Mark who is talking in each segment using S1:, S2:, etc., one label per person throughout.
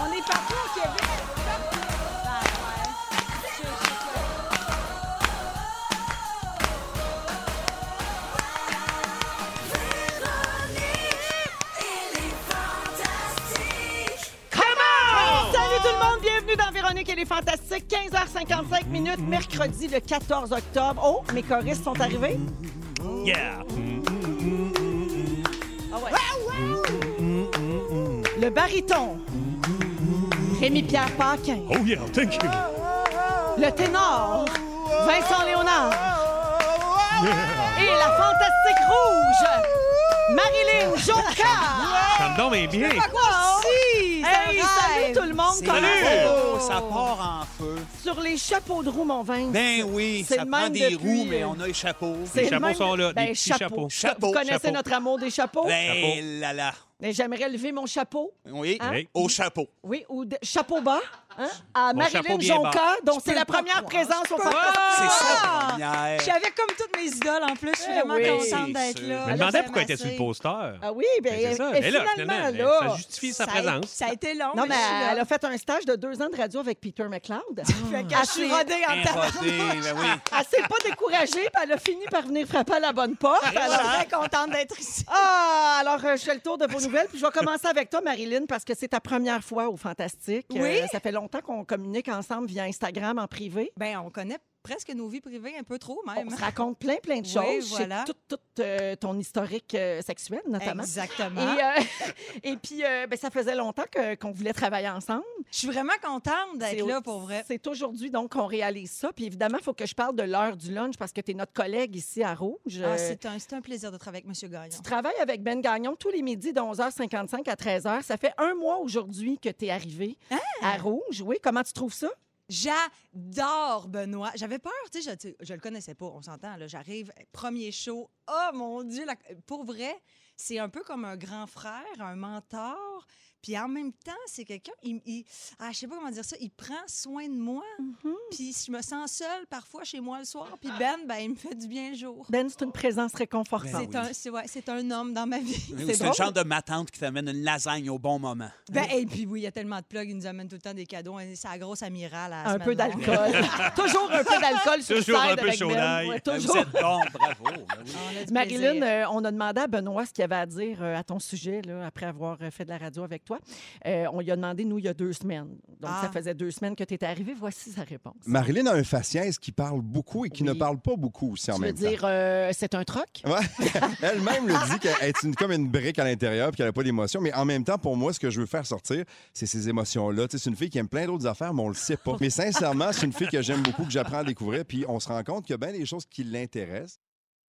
S1: On est partout au Québec. Partout. Ah, ouais. Je- je- Salut tout le monde, bienvenue dans Véronique et les Fantastiques. 15h55 minutes, mercredi le 14 octobre. Oh, mes choristes sont arrivés.
S2: Yeah!
S1: Ah ouais. Le baryton. Rémi-Pierre Paquin.
S2: Oh yeah, thank you!
S1: Le ténor. Vincent Léonard. Et la fantastique rouge. Marilyn Jonca.
S2: Ça me donne bien bien!
S1: Hey, salut tout le monde. comment
S2: Salut.
S1: allez-vous?
S3: ben, oh, Ça part en feu.
S1: Sur les chapeaux de roue, mon Vince.
S3: Ben oui,
S1: C'est
S3: ça
S1: le
S3: prend
S1: même
S3: des
S1: depuis,
S3: roues, mais
S1: euh,
S3: on a les chapeaux.
S1: C'est
S2: Les
S1: le
S2: chapeaux sont là, des
S1: ben,
S2: petits
S1: chapeaux.
S2: chapeaux.
S1: Vous
S3: Chapeaux,
S1: connaissez
S2: chapeaux.
S1: notre amour des chapeaux?
S3: Ben
S2: Chapeau.
S3: là là,
S1: Mais j'aimerais lever mon chapeau.
S3: oui,
S1: Hein?
S2: Oui.
S3: au chapeau.
S1: Oui, ou de- chapeau bas hein, à
S2: Mon
S1: Marilyn
S2: chapeau bien
S1: Jonca,
S2: bas.
S1: dont c'est la première présence au Fantastique.
S3: C'est ça, première.
S4: Je suis avec comme toutes mes idoles en plus. Je suis
S1: Eh
S4: vraiment
S1: oui.
S4: contente d'être
S2: Je
S3: C'est sûr.
S4: là.
S2: me
S4: Alors,
S2: demandais
S4: ça
S2: pourquoi elle était
S4: m'assure.
S2: sur le poster.
S1: Ah oui, ben,
S2: Mais c'est ça,
S1: et
S2: elle est là,
S1: finalement,
S2: finalement,
S1: là,
S2: elle- ça justifie sa
S4: Ça a-
S2: présence.
S4: Ça a été long,
S1: non,
S4: mais
S1: mais
S4: je suis là.
S1: elle a fait un stage de deux ans de radio avec Peter McLeod. Fait qu'elle
S4: Ah, je suis rodée en
S3: Un
S4: tabarnak.
S3: rodé, ben oui.
S1: elle s'est pas découragée, puis elle a fini par venir frapper à la bonne porte.
S4: Je
S1: Alors,
S4: suis très contente d'être ici.
S1: Ah, alors euh, je fais le tour de vos nouvelles, puis je vais commencer avec toi, Marilyn, parce que c'est ta première fois au Fantastique. Euh,
S4: Oui.
S1: ça fait longtemps qu'on communique ensemble via Instagram en privé.
S4: Ben, on connaît presque nos vies privées un peu trop
S1: On
S4: même. hein?
S1: se raconte plein, plein de
S4: Oui,
S1: choses. Je sais
S4: voilà.
S1: Tout, tout, euh, ton historique euh, sexuel, notamment. Et,
S4: Exactement.
S1: euh, et puis, euh, ben, ça faisait longtemps que- qu'on voulait travailler ensemble.
S4: Je suis vraiment contente
S1: C'est-
S4: d'être là pour vrai.
S1: C'est aujourd'hui, donc, qu'on réalise ça. Puis évidemment, il faut que je parle de l'heure du lunch parce que tu es notre collègue ici à Rouge.
S4: Ah,
S1: Euh,
S4: c'est un, c'est un plaisir de travailler avec M. Gagnon.
S1: tu travailles avec Ben Gagnon tous les midis de 11h55 à 13h. Ça fait un mois aujourd'hui que tu es arrivé
S4: Hein?
S1: à Rouge. Oui, comment tu trouves ça?
S4: J'adore Benoît. J'avais peur, tu sais, je, tu- je le connaissais pas, on s'entend. là. J'arrive, premier show. Oh mon Dieu, la- pour vrai, c'est un peu comme un grand frère, un mentor. Puis en même temps, c'est quelqu'un, il, il- ah, je sais pas comment dire ça, il prend soin de moi.
S1: Mm-hmm.
S4: Puis je me sens seule parfois chez moi le soir. Puis Ben, ben, il me fait du bien le jour.
S1: Ben, c'est une présence réconfortante.
S4: C'est un, c'est- ouais, c'est un homme dans ma vie.
S3: Oui, C'est
S1: drôle.
S3: le genre de ma tante qui t'amène une lasagne au bon moment.
S4: Ben, et puis oui, il y a tellement de plugs, il nous amène tout le temps des cadeaux. C'est la grosse amirale à la
S1: Un
S4: semaine
S1: peu
S4: longue.
S1: d'alcool. toujours un peu d'alcool sur
S2: Toujours
S1: scène
S2: un peu
S1: avec
S2: chaud
S1: ben.
S2: d'ail.
S1: Ouais,
S3: Ben,
S1: toujours.
S3: Vous êtes bon, bravo. Ben oui.
S4: Ah, on a du
S1: Marilyn,
S4: plaisir.
S1: euh, on a demandé à Benoît ce qu'il avait à dire euh, à ton sujet là, après avoir euh, fait de la radio avec toi. Euh, on lui a demandé, nous, il y a deux semaines. Donc,
S4: Ah.
S1: ça faisait deux semaines que tu étais arrivé. Voici sa réponse.
S5: Marilyn a un faciès qui parle beaucoup et qui
S1: Oui.
S5: ne parle pas beaucoup aussi en
S1: tu veux
S5: même
S1: dire, euh, c'est un troc?
S5: temps. Ouais. Elle-même le dit qu'elle est une- comme une brique à l'intérieur puis qu'elle n'a pas d'émotion. Mais en même temps, pour moi, ce que je veux faire sortir, c'est ces émotions-là. Tu sais, C'est une fille qui aime plein d'autres affaires, mais on le sait pas. Mais sincèrement, c'est une fille que j'aime beaucoup, que j'apprends à découvrir. Puis on se rend compte qu'il y a bien des choses qui l'intéressent.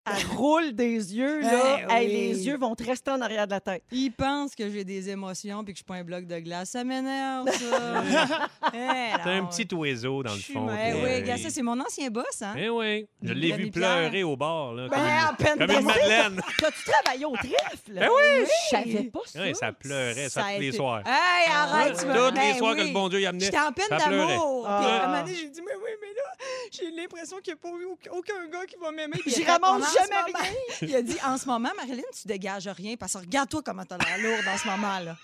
S1: Elle roule des yeux, là.
S4: Eh
S1: Hey,
S4: Ah. oui.
S1: les yeux vont te rester en arrière de la tête.
S4: Il pense que j'ai des émotions puis que je suis pas un bloc de glace. Ça m'énerve, ça.
S2: T'as un petit oiseau dans le fond.
S4: Eh
S2: toi.
S4: oui, gars, ça, c'est mon ancien boss, hein?
S2: Eh oui, je l'ai
S4: Rémi
S2: vu
S4: Pierre.
S2: pleurer au bord, là, comme
S1: Ben,
S2: une-
S1: à peine
S2: comme une,
S1: passé.
S2: madeleine.
S1: T'as-tu travaillé au trèfle?
S2: Ben
S1: oui! Je savais pas ça.
S2: Ouais, ça pleurait, ça,
S4: a
S2: tous les
S4: été-
S2: soirs.
S4: Hey, arrête,
S2: Tous
S4: tu
S2: Ah, les
S4: me- Ben
S2: soirs que
S4: oui.
S2: le bon Dieu y amenait.
S4: J'étais en peine
S2: ça pleurait.
S4: d'amour. Puis
S1: Ah.
S4: à un moment donné, j'ai dit, mais oui, mais là, j'ai l'impression qu'il n'y a pas eu au- aucun gars qui va m'aimer. Puis
S1: J'y
S4: il a fait,
S1: ramasse
S4: en ce
S1: jamais
S4: moment- Il a dit, en ce moment, Marilyn, tu dégages rien parce que regarde-toi comment t'as l'air lourde en ce moment, là.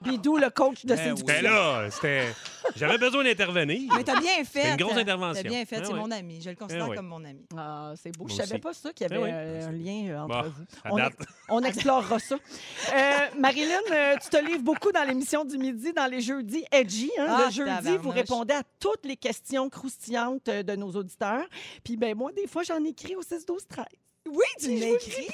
S1: Puis d'où le coach de
S3: Ben
S1: séduction.
S2: C'était là, c'était... J'avais besoin d'intervenir.
S4: Mais t'as bien fait. hein.
S2: C'est une grosse intervention. Eh
S4: T'as bien fait,
S2: Ah
S4: c'est
S2: ouais.
S4: mon ami. Je le considère
S2: ouais.
S4: comme mon ami.
S1: Ah, c'est beau.
S2: Moi
S1: Je savais
S2: aussi.
S1: pas ça qu'il y
S2: Ben
S1: avait
S2: oui.
S1: euh, un lien euh, entre
S2: Bon,
S1: vous.
S2: à
S1: On,
S2: Bah, date.
S1: ex- on explorera ça. Euh, Marilyn, euh, tu te livres beaucoup dans l'émission du midi, dans les jeudis edgy. hein.
S4: Ah,
S1: le jeudi,
S4: tabarnouche.
S1: vous répondez à toutes les questions croustillantes euh, de nos auditeurs. Puis ben moi, des fois, j'en écris au 6 12 13
S4: Oui, tu l'as écrit.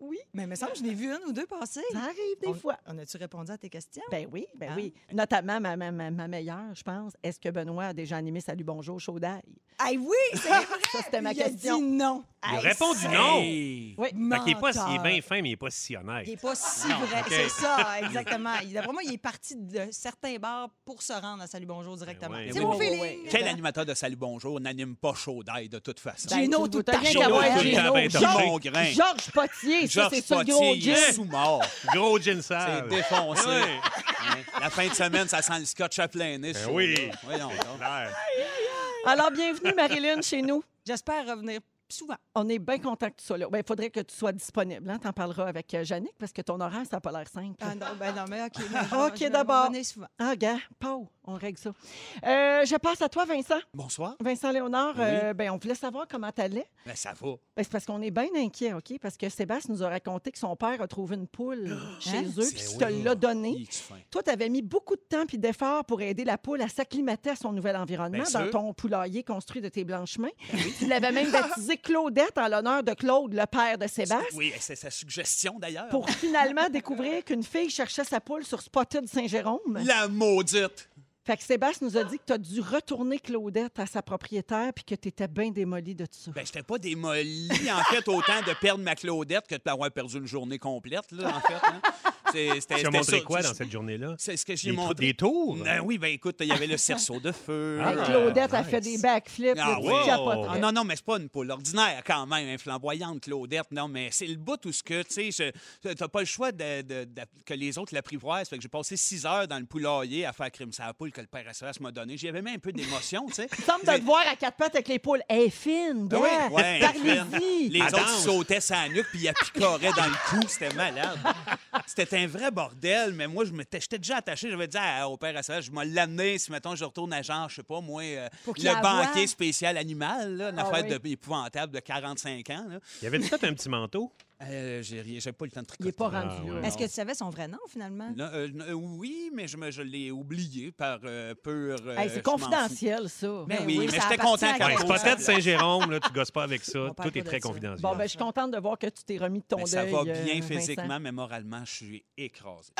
S1: Oui,
S4: Mais il me semble que je n'ai vu une ou deux passer.
S1: ça arrive des
S4: On-
S1: fois.
S4: On a-tu répondu à tes questions?
S1: Ben oui, ben
S4: Ah.
S1: oui. Notamment ma, ma, ma- ma meilleure, je pense. Est-ce que Benoît a déjà animé Salut Bonjour chaud d'ail?
S4: Ah oui, c'est vrai.
S1: Ça, c'était ma
S4: il a
S1: question.
S4: dit non.
S2: Il a
S4: Hey,
S2: répondu
S4: c'est-
S2: non.
S3: Hey!
S1: Oui.
S2: Fait qu'il est pas,
S4: menteur.
S2: il est bien fin, mais il est pas si honnête.
S4: Il n'est pas si vrai.
S2: OK.
S4: C'est ça, exactement. Il, d'après moi, il est parti de certains bars pour se rendre à Salut Bonjour directement.
S2: Ben ouais.
S4: C'est
S3: Ben
S4: mon
S3: oui.
S4: feeling.
S3: Quel animateur de Salut Bonjour n'anime pas chaud d'ail de toute façon?
S4: Gino,
S1: Ben,
S4: tout
S1: t'as
S4: le
S1: rien
S4: temps.
S1: qu'à voir
S2: Gino, tout le temps,
S1: Gino.
S2: ben,
S1: Georges-
S3: Mon grain.
S1: Georges Potier, ça,
S3: Georges
S1: c'est ça le gros
S3: Potier, il est
S1: gin.
S3: sous-mort.
S2: Gros gin
S3: C'est
S2: sale.
S3: défoncé.
S2: Ouais.
S3: Hein? La fin de semaine, ça sent le scotch à plein nez. ce
S2: Ben oui.
S3: show-là. Voyons donc.
S2: Clair.
S1: Alors, bienvenue, Marilyn, chez nous.
S4: J'espère revenir souvent.
S1: On est bien content que tu sois là. Ben, Il faudrait que tu sois disponible. Hein? Tu en parleras avec euh, Yannick parce que ton horaire, ça n'a pas l'air simple.
S4: Ah non, ben non, mais OK.
S1: OK, d'abord.
S4: Venez souvent.
S1: Ah, gars, Pau, on règle ça. Euh, je passe à toi, Vincent.
S3: Bonsoir.
S1: Vincent Léonard, euh, ben, on voulait savoir comment t'allais.
S3: Ben, ça va.
S1: Ben, c'est parce qu'on est bien inquiet, OK? Parce que Sébastien nous a raconté que son père a trouvé une poule chez eux, puis
S3: C'est
S1: il te
S3: Hein? Ben oui.
S1: l'a donnée.
S3: Il est fin.
S1: Toi, tu avais mis beaucoup de temps puis d'efforts pour aider la poule à s'acclimater à son nouvel environnement
S2: Bien
S1: dans
S2: sûr.
S1: ton poulailler construit de tes blanchemins. Tu l'avais même baptisé Claudette en l'honneur de Claude, le père de Sébastien.
S3: Oui, c'est sa suggestion d'ailleurs.
S1: Pour finalement découvrir qu'une fille cherchait sa poule sur Spotted Saint-Jérôme.
S3: La maudite.
S1: Fait que Sébastien nous a dit que tu as dû retourner Claudette à sa propriétaire puis que tu étais bien démoli de ça.
S3: Ben, j'étais pas démoli, en fait, autant de perdre ma Claudette que de avoir perdu une journée complète, là, en fait. hein. C'est- C'était
S2: Tu as
S3: c'était
S2: montré
S3: ça.
S2: quoi dans cette journée-là?
S3: C'est ce que j'ai
S2: Des, trou-
S3: montré.
S2: des tours?
S3: Ben oui, ben écoute, il y avait le cerceau de feu.
S2: Ah,
S1: Hey,
S3: euh,
S1: Claudette a
S2: nice.
S1: fait des backflips, là,
S3: Ah,
S1: tu
S3: ouais.
S1: capoterais.
S3: Ah non, non, mais c'est pas une poule ordinaire quand même, hein, flamboyante, Claudette. Non, mais c'est le bout où ce que, tu sais, je- t'as pas le choix de, de- de- que les autres l'apprivoisent. Fait que j'ai passé six heures dans le poulailler à faire crime sur la poule que le père SOS m'a donné. J'y avais même un peu d'émotion, tu sais.
S1: Il me semble de te voir à quatre pattes avec les poules. Elle est fine, gars.
S3: Ouais, ouais,
S1: Parlez-y.
S3: Les
S2: Elle
S3: autres
S2: danse.
S3: sautaient sa nuque puis ils picoraient dans le cou. C'était malade. C'était un vrai bordel, mais moi, je m'étais, j'étais déjà attaché. J'avais dit à- au père à ça, je vais l'amener si, mettons, je retourne à genre, je sais pas, moi, euh,
S4: Pour qu'il la
S3: le
S4: voie.
S3: banquier spécial animal, là, une
S1: Ah
S3: affaire
S1: oui.
S3: de- épouvantable de 45 ans. Là.
S2: Il y avait peut-être un petit manteau.
S3: Euh, j'ai, rien- j'ai pas eu le temps de tricoter.
S1: Il n'est pas rendu
S2: Ah, ouais.
S1: là.
S4: Est-ce que tu savais son vrai nom, finalement?
S3: Non, euh, non, euh, oui, mais je, me, je l'ai oublié par euh, peur. euh,
S1: Hey,
S3: je
S1: c'est
S3: m'en fous.
S1: confidentiel, ça.
S3: Mais
S4: Ben
S3: oui,
S4: oui,
S3: mais
S4: ça
S3: j'étais
S4: appartient
S3: content
S4: à
S3: quand
S2: Ouais,
S4: quelqu'un.
S2: c'est
S4: Ouais.
S2: pas tête Saint-Jérôme, là, tu gosses pas avec ça.
S4: On parle
S2: Tout est
S4: pas
S2: très
S4: de ça.
S2: confidentiel.
S1: Bon, ben, je suis contente de voir que tu t'es remis de ton
S3: Mais Ben, ça
S1: deuil,
S3: va
S1: euh,
S3: bien
S1: Vincent.
S3: physiquement, mais moralement, je suis écrasé.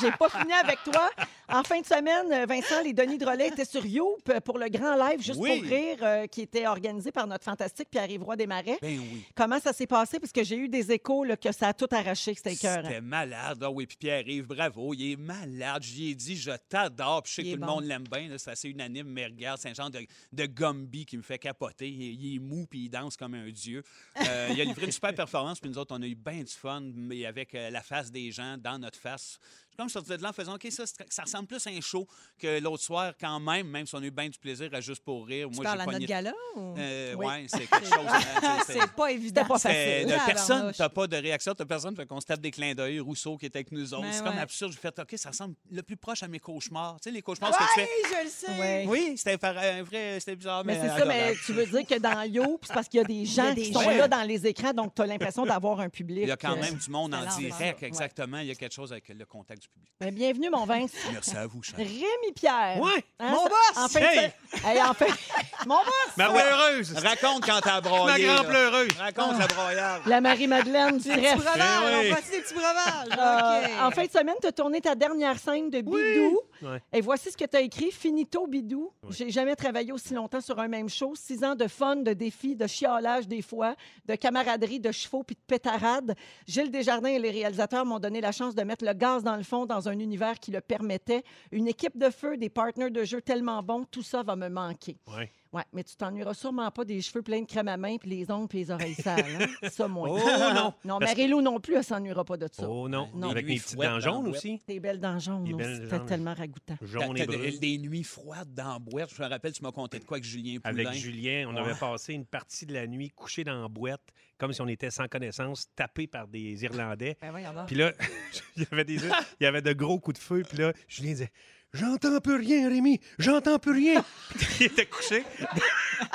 S1: J'ai pas fini avec toi. En fin de semaine, euh, Vincent, les Denis Drolet étaient sur Youp pour le grand live Juste
S3: Oui.
S1: pour rire euh, qui était organisé par notre fantastique Pierre-Yvroy Desmarais.
S3: ben oui.
S1: Comment ça s'est passé? Parce que j'ai eu des échos là, que ça a tout arraché, que c'était écœurant.
S3: C'était malade. Ah oui, puis Pierre-Yves, bravo, il est malade. J'y ai dit, je t'adore. Puis je sais
S1: Il
S3: que
S1: est
S3: tout le
S1: bon.
S3: monde l'aime bien. là, C'est assez unanime, mais regarde, c'est un genre de, de Gumby qui me fait capoter. Il, il est mou, puis il danse comme un dieu. Euh, il a livré une super performance, puis nous autres, on a eu bien du fun, mais avec euh, la face des gens, dans notre face. Comme je sortais de là en faisant, OK, ça, c'est- ça ressemble plus à un show que l'autre soir, quand même, même si on a eu bien du plaisir à juste pour rire.
S4: Tu
S3: Moi,
S4: parles
S3: j'ai
S4: à
S3: pogné-
S4: notre gala? ou-
S3: Euh,
S1: Oui.
S3: Ouais, c'est quelque chose. hein, c'est- c'est-
S4: C'est pas évident.
S1: pas
S3: c'est-
S1: facile.
S3: de
S4: Tabarnouche.
S3: personne, t'as pas de réaction, t'as personne, fait qu'on se tape des clins d'œil, Rousseau qui était avec nous autres.
S4: Ben
S3: c'est
S4: ouais.
S3: comme absurde. J'ai fait, OK, ça ressemble le plus proche à mes cauchemars. Tu sais, les cauchemars,
S4: Oui,
S3: ce que tu fais.
S4: je le sais.
S1: Ouais.
S3: Oui, ah, c'était par- un vrai, c'était bizarre, mais.
S1: Mais c'est ça, mais
S3: adorable.
S1: tu veux dire que dans Youp, c'est parce qu'il y a des gens
S4: des
S1: qui sont
S4: gens.
S1: là dans les écrans, donc tu as l'impression d'avoir un public.
S3: Il y a quand
S1: euh,
S3: même du monde en
S4: l'enfer.
S3: direct,
S4: Ouais.
S3: exactement. Il y a quelque chose avec le contact du public.
S1: Ben, bienvenue, mon Vince.
S3: Merci à vous, cher.
S1: Rémi Pierre.
S2: Ouais.
S4: Mon
S1: Hein, ça-
S4: boss!
S1: En fin de
S2: Hey!
S1: se- Hey, en fin- Mon boss!
S2: Ma pleureuse!
S3: Raconte quand
S2: Ma
S3: t'as broyé.
S2: grand
S3: là.
S2: pleureuse!
S3: Raconte la broyade.
S1: La Marie-Madeleine du
S4: Des petits
S1: trèfle.
S4: breuvages,
S2: oui.
S4: on passe des petits breuvages.
S1: Euh,
S4: OK.
S1: Ben En fin de semaine, tu as tourné ta dernière scène de Bidou.
S2: Ouais.
S1: Et voici ce que tu as écrit. Finito Bidou.
S2: Oui.
S1: J'ai jamais travaillé aussi longtemps sur un même show. Six ans de fun, de défis, de chiolage des fois, de camaraderie, de chevaux puis de pétarades. Gilles Desjardins et les réalisateurs m'ont donné la chance de mettre le gaz dans le fond dans un univers qui le permettait. Une équipe de feu, des partenaires de jeu tellement bons, tout ça va me manquer.
S2: Ouais.
S1: Ouais, mais tu t'ennuieras sûrement pas des cheveux pleins de crème à main puis les ongles puis les oreilles sales. hein? Ça, moins.
S2: Oh, non.
S1: Non,
S2: Parce que-
S1: Marie-Lou non plus, elle s'ennuiera pas de ça.
S2: Oh non,
S1: Non.
S2: avec
S3: Lui,
S2: mes
S3: il
S2: petites
S3: fouette
S2: dents
S3: dans la
S2: jaunes
S3: ouette.
S2: aussi.
S1: Des belles dans jaune
S2: Des
S1: aussi,
S2: belles
S1: C'était
S2: jaunes.
S1: tellement ragoûtant.
S2: Jaune
S3: T'as-
S2: et
S3: t'as
S2: brune.
S3: des, des nuits froides dans la boîte. Je me rappelle, tu m'as conté de quoi avec Julien Poulin.
S2: Avec Julien, on avait passé une partie de la nuit couché dans la boîte, comme si on était sans connaissance, tapé par des Irlandais.
S4: Ben voyons donc.
S2: Puis là, il y avait des, il y avait de gros coups de feu. Puis là, Julien disait J'entends plus rien, Rémi, j'entends plus rien. Puis il était couché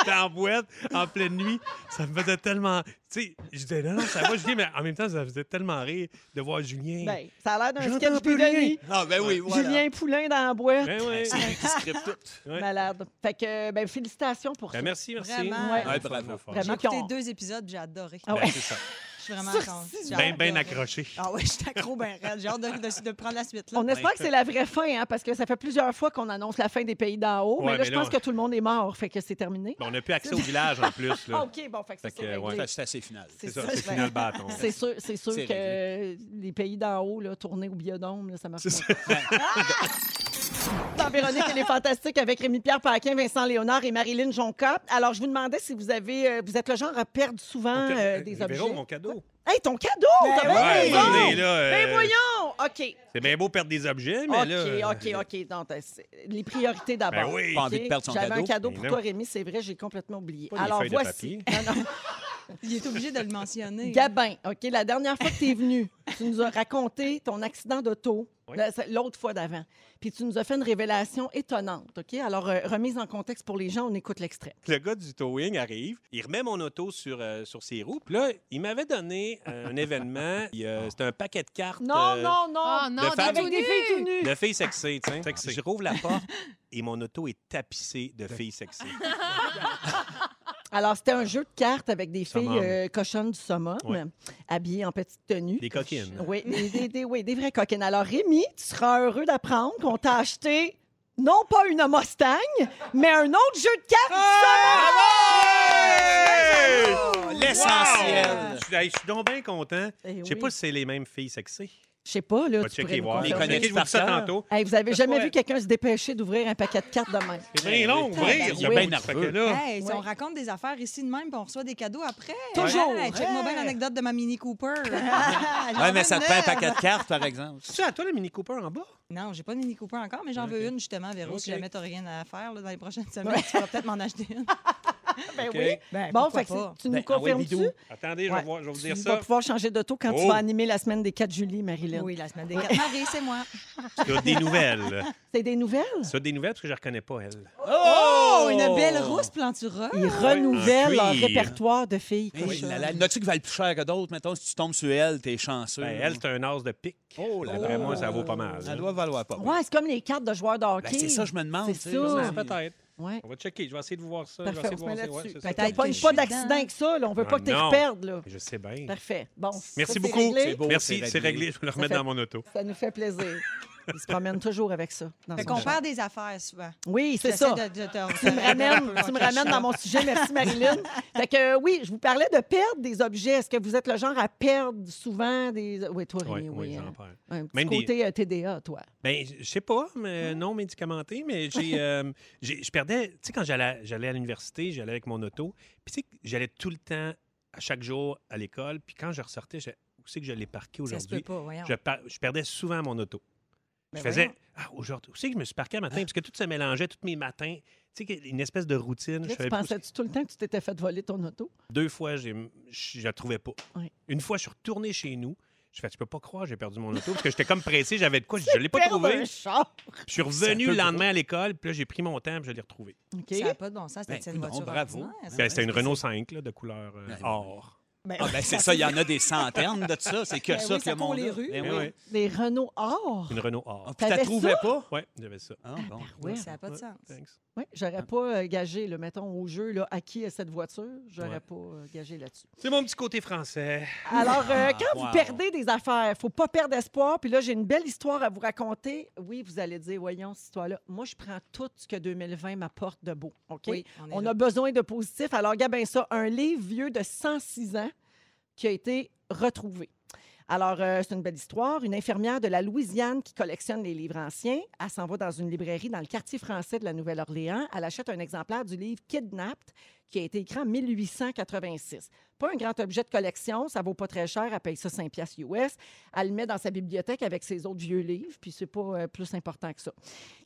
S2: dans la boîte en pleine nuit. Ça me faisait tellement. Tu sais, je disais Non, non, ça va, Julien, mais en même temps, ça me faisait tellement rire de voir Julien.
S1: Ben, ça a l'air d'un
S2: J'entends
S1: sketch
S2: plus
S1: de
S2: rien.
S1: nuit.
S3: Ah, ben oui, voilà.
S1: Julien Poulain dans la boîte.
S2: Ben ouais.
S3: C'est lui qui scripte tout.
S2: ouais.
S1: Malade. Fait que, ben, félicitations pour
S2: Ben,
S1: ça.
S2: merci, merci.
S4: Vraiment.
S1: Ouais,
S2: Ouais,
S3: bravo.
S2: fort.
S1: Vraiment.
S4: J'ai écouté
S1: qu'on-
S4: deux épisodes, j'ai adoré.
S1: Ah
S2: Ben,
S1: ouais.
S2: c'est ça.
S4: Je suis vraiment
S1: Sursis.
S4: contente. J'ai
S2: Bien, bien
S4: adoré.
S2: accroché.
S4: Ah ouais, je suis accro ben raide. J'ai hâte de, de- de prendre la suite. Là.
S2: Ben,
S1: On espère que c'est la vraie fin, hein, parce que ça fait plusieurs fois qu'on annonce la fin des pays d'en haut.
S2: Ouais,
S1: mais là,
S2: mais
S1: je
S2: là,
S1: pense
S2: on-
S1: que tout le monde est mort. Fait que c'est terminé.
S2: Ben, on n'a plus accès au village en plus.
S1: Ah,
S2: Là.
S1: OK, bon, fait que ça,
S2: Fait
S1: c'est
S2: que, ouais.
S1: réglé.
S3: Ça, C'est assez final.
S2: C'est ça,
S1: ça,
S2: c'est
S1: je vais-
S2: fini le bâton.
S1: C'est sûr, c'est sûr
S3: C'est
S1: que les pays d'en haut, là, tourner au biodôme, là, ça marche pas. Ah! Dans Véronique, elle est fantastique avec Rémi-Pierre Paquin, Vincent Léonard et Marilyn Jonca. Alors, je vous demandais si vous avez, euh, vous êtes le genre à perdre souvent
S2: Mon ca-
S1: euh, des
S2: Véro,
S1: objets.
S2: mon cadeau.
S1: Hey, ton cadeau! T'as bien
S6: Ouais,
S1: raison!
S6: venez, là, euh,
S1: Ben voyons! OK.
S6: C'est bien beau perdre des objets, mais
S7: euh,
S6: là. euh,
S1: OK, OK, OK. Non, t'as- c'est- les priorités d'abord.
S6: Ben oui.
S3: Pas envie de
S1: OK?
S3: perdre son
S1: J'avais un
S3: cadeau.
S1: cadeau
S6: Mais
S1: pour
S6: non.
S1: toi, Rémi. C'est vrai, j'ai complètement oublié.
S6: Pas des
S1: Alors
S6: feuilles de
S1: voici. Non, non.
S4: Il est obligé de le mentionner.
S1: Gabin, OK, la dernière fois que tu es venu, tu nous as raconté ton accident d'auto,
S6: Oui.
S1: la- c'est l'autre fois d'avant. Puis tu nous as fait une révélation étonnante, OK? Alors, euh, remise en contexte pour les gens, on écoute l'extrait.
S7: Le gars du towing arrive, il remet mon auto sur, euh, sur ses roues. Puis là, il m'avait donné euh, un événement. Il, euh, C'était un paquet de cartes. euh,
S1: Ah, non!
S8: Oh non,
S7: de
S8: des
S7: femme-
S8: tout
S7: Avec
S8: nus.
S7: De filles sexées, tu sais.
S6: Sexées.
S7: Je rouvre la porte et mon auto est tapissée de filles sexées.
S1: Alors, c'était un jeu de cartes avec des
S6: Summum.
S1: filles euh, cochonnes du summum,
S6: Ouais.
S1: habillées en petite tenue.
S6: Des coquines.
S1: Oui, des, des- des- oui, des vraies coquines. Alors, Rémi, tu seras heureux d'apprendre qu'on t'a acheté non pas une Mustang, mais un autre jeu de cartes.
S6: Ah! Hey!
S3: L'essentiel.
S6: Wow! Je suis- hey, je suis donc bien content. Je sais pas si c'est les mêmes filles sexées.
S1: Je sais pas, là,
S6: Va
S1: Eh tu
S6: checker
S1: pourrais nous
S6: voir.
S3: Les
S1: confirmer.
S3: connais-tu
S6: Ok, je vous dis ça
S3: par cœur?
S6: tantôt.
S1: Hey, vous avez jamais
S6: Ouais.
S1: vu quelqu'un se dépêcher d'ouvrir un paquet de cartes de même.
S6: C'est bien
S3: vrai.
S6: long, ouvrir.
S3: Ben, Il y a
S1: Eh Oui. Ben Eh.
S3: bien
S6: Fait que
S3: nerveux.
S6: là,
S4: Hey, si
S1: Ouais.
S4: on raconte des affaires ici de même, puis on reçoit des cadeaux après.
S1: Toujours.
S4: Hey, Check-moi bien l'anecdote de ma Mini Cooper.
S3: Oui, mais ça te fait un paquet de cartes, par exemple.
S6: C'est à toi le Mini Cooper en bas?
S4: Non, j'ai pas de Mini Cooper encore, mais j'en veux une justement, Véro. Si
S6: Ok.
S4: jamais t'as rien à faire là, dans les prochaines semaines, tu vas peut-être m'en acheter une.
S1: Ben
S6: OK.
S4: Ben,
S1: Bon,
S4: pourquoi
S1: fait que
S4: pas?
S1: tu nous
S3: Ben, ah oui,
S1: confirmes-tu?
S3: bidou.
S6: Attendez, je
S1: Ouais.
S6: vais voir- je vais vous
S1: Tu
S6: dire
S1: vas
S6: ça.
S1: pouvoir changer d'auto quand tu
S6: Oh.
S1: vas animer la semaine des 4 juillet, Marilyn.
S4: Oui, la semaine des quatre marées, c'est moi.
S6: Sur des nouvelles.
S1: C'est des nouvelles?
S6: Sur des nouvelles parce que je ne reconnais pas, elle.
S4: Oh, une belle rousse plantura.
S1: Ils renouvellent
S6: Oui.
S1: leur
S6: Oui.
S1: répertoire de filles.
S3: Hey,
S1: cochonnes.
S3: là, là, N'as-tu qui valent plus cher que d'autres? Mettons, si tu tombes sur elle, t'es chanceux.
S1: Oh.
S6: Ben, elle, c'est un as de pique.
S3: Oh là
S6: D'après
S3: là.
S6: moi, ça vaut pas mal. hein.
S3: Elle doit valoir pas.
S1: Ouais, c'est comme les cartes de joueurs de hockey.
S3: Ben, c'est ça, je me demande.
S1: C'est
S3: tu sais,
S1: ça.
S3: je me
S6: Ouais,
S3: dis-
S6: Ah, Peut-être.
S1: Ouais.
S6: On va checker. Je vais essayer de voir ça. Je vais
S1: Parfait,
S6: essayer
S1: on
S6: de
S1: se
S6: voir
S1: met
S6: ça. Ouais,
S1: là-dessus.
S6: c'est
S1: Fait
S6: ça.
S1: que t'as
S4: Peut-être
S1: pas
S4: que
S1: une-
S4: je
S1: pas
S4: suis
S1: d'accident
S4: dedans.
S1: avec ça, là. On veut
S6: Ah,
S1: pas que tu
S6: non.
S1: perdes, là.
S6: Je sais bien.
S1: Parfait. Bon. ça,
S6: Merci
S1: c'est
S6: beaucoup.
S1: réglé.
S3: C'est beau,
S6: Merci,
S3: c'est
S6: c'est
S3: réglé.
S6: réglé. Je vais le remettre
S1: fait-
S6: dans mon auto.
S1: Ça nous fait plaisir. Ils se promènent toujours avec ça. dans
S4: Fait
S1: son
S4: qu'on
S1: char.
S4: perd des affaires souvent.
S1: Oui, c'est
S4: J'essaie
S1: ça.
S4: de- de te-
S1: Tu me ramènes, tu me ramènes dans mon sujet. Merci, Marilyn. Fait que euh, oui, je vous parlais de perdre des objets. Est-ce que vous êtes le genre à perdre souvent des... Oui, toi,
S6: Oui,
S1: Rémi,
S6: oui,
S1: oui. hein.
S6: j'en perds.
S1: Un petit
S6: Même des-
S1: côté euh, TDA, toi.
S6: Ben, je je sais pas, mais non médicamenté, mais j'ai, euh, j'ai- je perdais, tu sais, quand j'allais, à- j'allais à l'université, j'allais avec mon auto, puis tu sais, j'allais tout le temps, à chaque jour, à l'école, puis quand je ressortais, je, où c'est que je l'ai parqué
S4: Ça se peut
S6: aujourd'hui?
S4: pas, voyons.
S6: Je, par- je perdais souvent mon auto.
S4: Ben
S6: je faisais,
S4: voyons. Ah.
S6: ah, aujourd'hui, où c'est que je me suis parqué un matin? Parce que tout se mélangeait, tous mes matins, tu sais, que- une espèce de
S1: Là,
S6: routine. je
S1: tu
S6: savais plus où
S1: pensais-tu tout le temps que tu t'étais fait voler ton auto?
S6: Deux fois, j'ai- je je la trouvais pas.
S1: Oui.
S6: Une fois, je suis retourné chez nous. Je fais, je peux pas croir, j'ai perdu mon auto parce que j'étais comme pressé, j'avais de quoi, je l'ai pas
S1: Perdre
S6: trouvé.
S1: un char!
S6: Puis Je suis revenu le lendemain à l'école, puis là, j'ai pris mon temps, puis je l'ai retrouvé.
S3: Ah
S1: OK.
S4: Ça n'a pas de bon sens, c'était
S3: Ben,
S4: une
S3: non,
S4: voiture
S3: bravo.
S4: ordinaire, ça.
S6: Ben, C'était une Renault 5 là, de couleur euh,
S3: Ben,
S6: or.
S3: Ah, ben, c'est ça, il y en a des centaines de ça. C'est que
S4: Ben
S3: ça
S4: oui,
S3: que
S4: ça
S3: le monde.
S4: court les
S3: a.
S4: rues.
S3: Ben
S6: Ben
S3: oui.
S6: ouais,
S1: Des Renault or.
S6: Une Renault
S3: Ah,
S6: or.
S3: puis
S1: T'avais
S3: t'as trouvé
S1: ça?
S3: pas?
S6: Ouais, j'avais ça. Ah.
S3: Ah, bon.
S1: Oui,
S4: Ça n'a pas de sens.
S6: Thanks.
S1: oui, j'aurais pas euh, gagé, le mettons, au jeu, là, à qui est cette voiture? J'aurais
S6: Ouais.
S1: pas euh, gagé là-dessus.
S6: C'est mon petit côté français.
S1: Alors, euh, quand
S3: wow.
S1: vous perdez des affaires, faut pas perdre espoir. Puis là, j'ai une belle histoire à vous raconter. Oui, vous allez dire, voyons, cette histoire-là. Moi, je prends tout ce que 2020 m'apporte de beau. OK?
S4: Oui,
S1: On
S4: est
S1: a
S4: là.
S1: besoin de positif. Alors, regarde bien ça, un livre vieux de 106 ans qui a été retrouvé. Alors, euh, c'est une belle histoire. Une infirmière de la Louisiane qui collectionne les livres anciens, elle s'en va dans une librairie dans le quartier français de la Nouvelle-Orléans. Elle achète un exemplaire du livre Kidnapped qui a été écrit en 1886. Pas un grand objet de collection, ça vaut pas très cher, elle paye ça 5 piastres US. Elle le met dans sa bibliothèque avec ses autres vieux livres, puis c'est pas euh, plus important que ça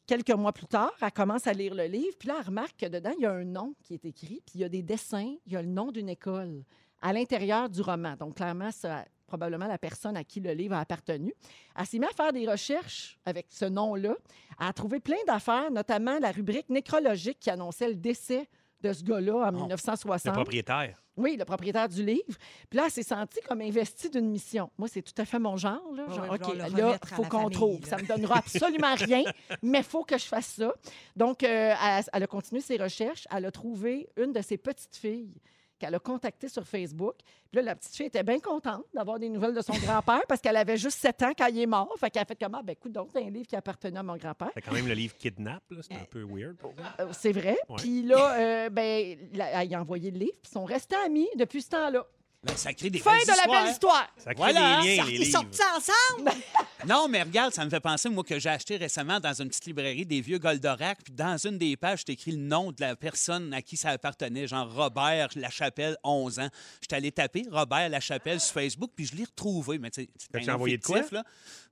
S1: quelques mois plus tard, elle commence à lire le livre, puis là, elle remarque que dedans, il y a un nom qui est écrit, puis il y a des dessins, il y a le nom d'une école à l'intérieur du roman. Donc, clairement, ça probablement la personne à qui le livre a appartenu. Elle s'est mise à faire des recherches avec ce nom-là. Elle a trouvé plein d'affaires, notamment la rubrique nécrologique qui annonçait le décès de ce gars-là en
S3: Oh,
S6: Le
S1: 1960.
S6: propriétaire.
S1: Oui, le propriétaire du livre. Puis là, elle s'est sentie comme investie d'une mission. Moi, c'est tout à fait mon genre. Là.
S4: Oui,
S1: Genre,
S4: oui,
S1: OK,
S4: vouloir le
S1: là,
S4: remettre à
S1: faut
S4: la
S1: qu'on
S4: famille,
S1: trouve.
S4: là.
S1: Ça me donnera absolument rien, mais il faut que je fasse ça. Donc, euh, elle, elle a continué ses recherches. Elle a trouvé une de ses petites filles qu'elle a contactée sur Facebook. Puis là, la petite fille était bien contente d'avoir des nouvelles de son grand-père parce qu'elle avait juste 7 ans quand il est mort. Fait qu'elle a fait comment? Ben, écoute, donc, c'est un livre qui appartenait à mon grand-père.
S6: C'est quand même le livre Kidnap, là,
S1: Eh.
S6: c'est un peu weird.
S1: Euh, C'est vrai.
S6: Ouais.
S1: Puis là, euh, ben, la- elle y a envoyé le livre. Puis ils sont restés amis depuis ce temps-là.
S3: Ben, ça crée des
S1: Fin
S3: belles
S1: de la
S3: histoires.
S1: belle histoire.
S6: Ça crée
S3: Voilà,
S6: des liens,
S4: Ils
S6: les livres.
S4: sortent ça ensemble!
S3: Non, mais regarde, ça me fait penser, moi, que j'ai acheté récemment dans une petite librairie des vieux Goldorak, puis dans une des pages, j'étais écrit le nom de la personne à qui ça appartenait, genre Robert Lachapelle, 11 ans. J'étais allé taper Robert Lachapelle sur Facebook, puis je l'ai retrouvé. Mais tu sais, c'est
S2: T'as-tu
S3: un nom
S2: envoyé de
S3: fictif, là.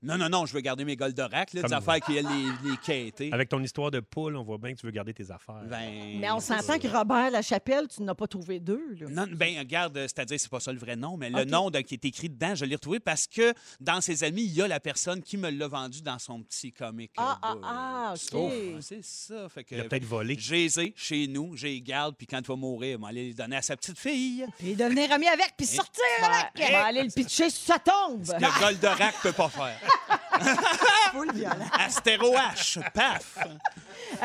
S3: Non, non, non, je veux garder mes Goldorak, là, des
S2: Comme-
S3: affaires qui elles, les, les quêtaient.
S2: Avec ton histoire de poule, on voit bien que tu veux garder tes affaires.
S3: Ben,
S1: Mais on s'entend que Robert Lachapelle, tu n'as pas trouvé deux. là.
S3: Non, ben regarde, euh, c'est-à-dire c'est pas ça le vrai nom, mais le
S1: Ok.
S3: nom de- qui est écrit dedans, je l'ai retrouvé parce que dans ses amis, il y a la personne qui me l'a vendu dans son petit comic.
S1: Ah,
S3: euh,
S1: ah,
S3: book.
S1: ah,
S3: Tu
S1: ok.
S3: trouves? C'est ça, fait que
S2: Il a peut-être volé.
S3: j'ai les ai chez nous, j'ai les garde, puis quand tu vas mourir, on va aller les donner à sa petite fille.
S4: Puis devenir ami avec,
S1: Eh.
S4: puis sortir
S1: Ouais,
S4: avec.
S1: on va aller le pitcher sur sa tombe.
S3: Le Goldorak peut pas faire.
S1: Full violent.
S3: Astéro H, paf!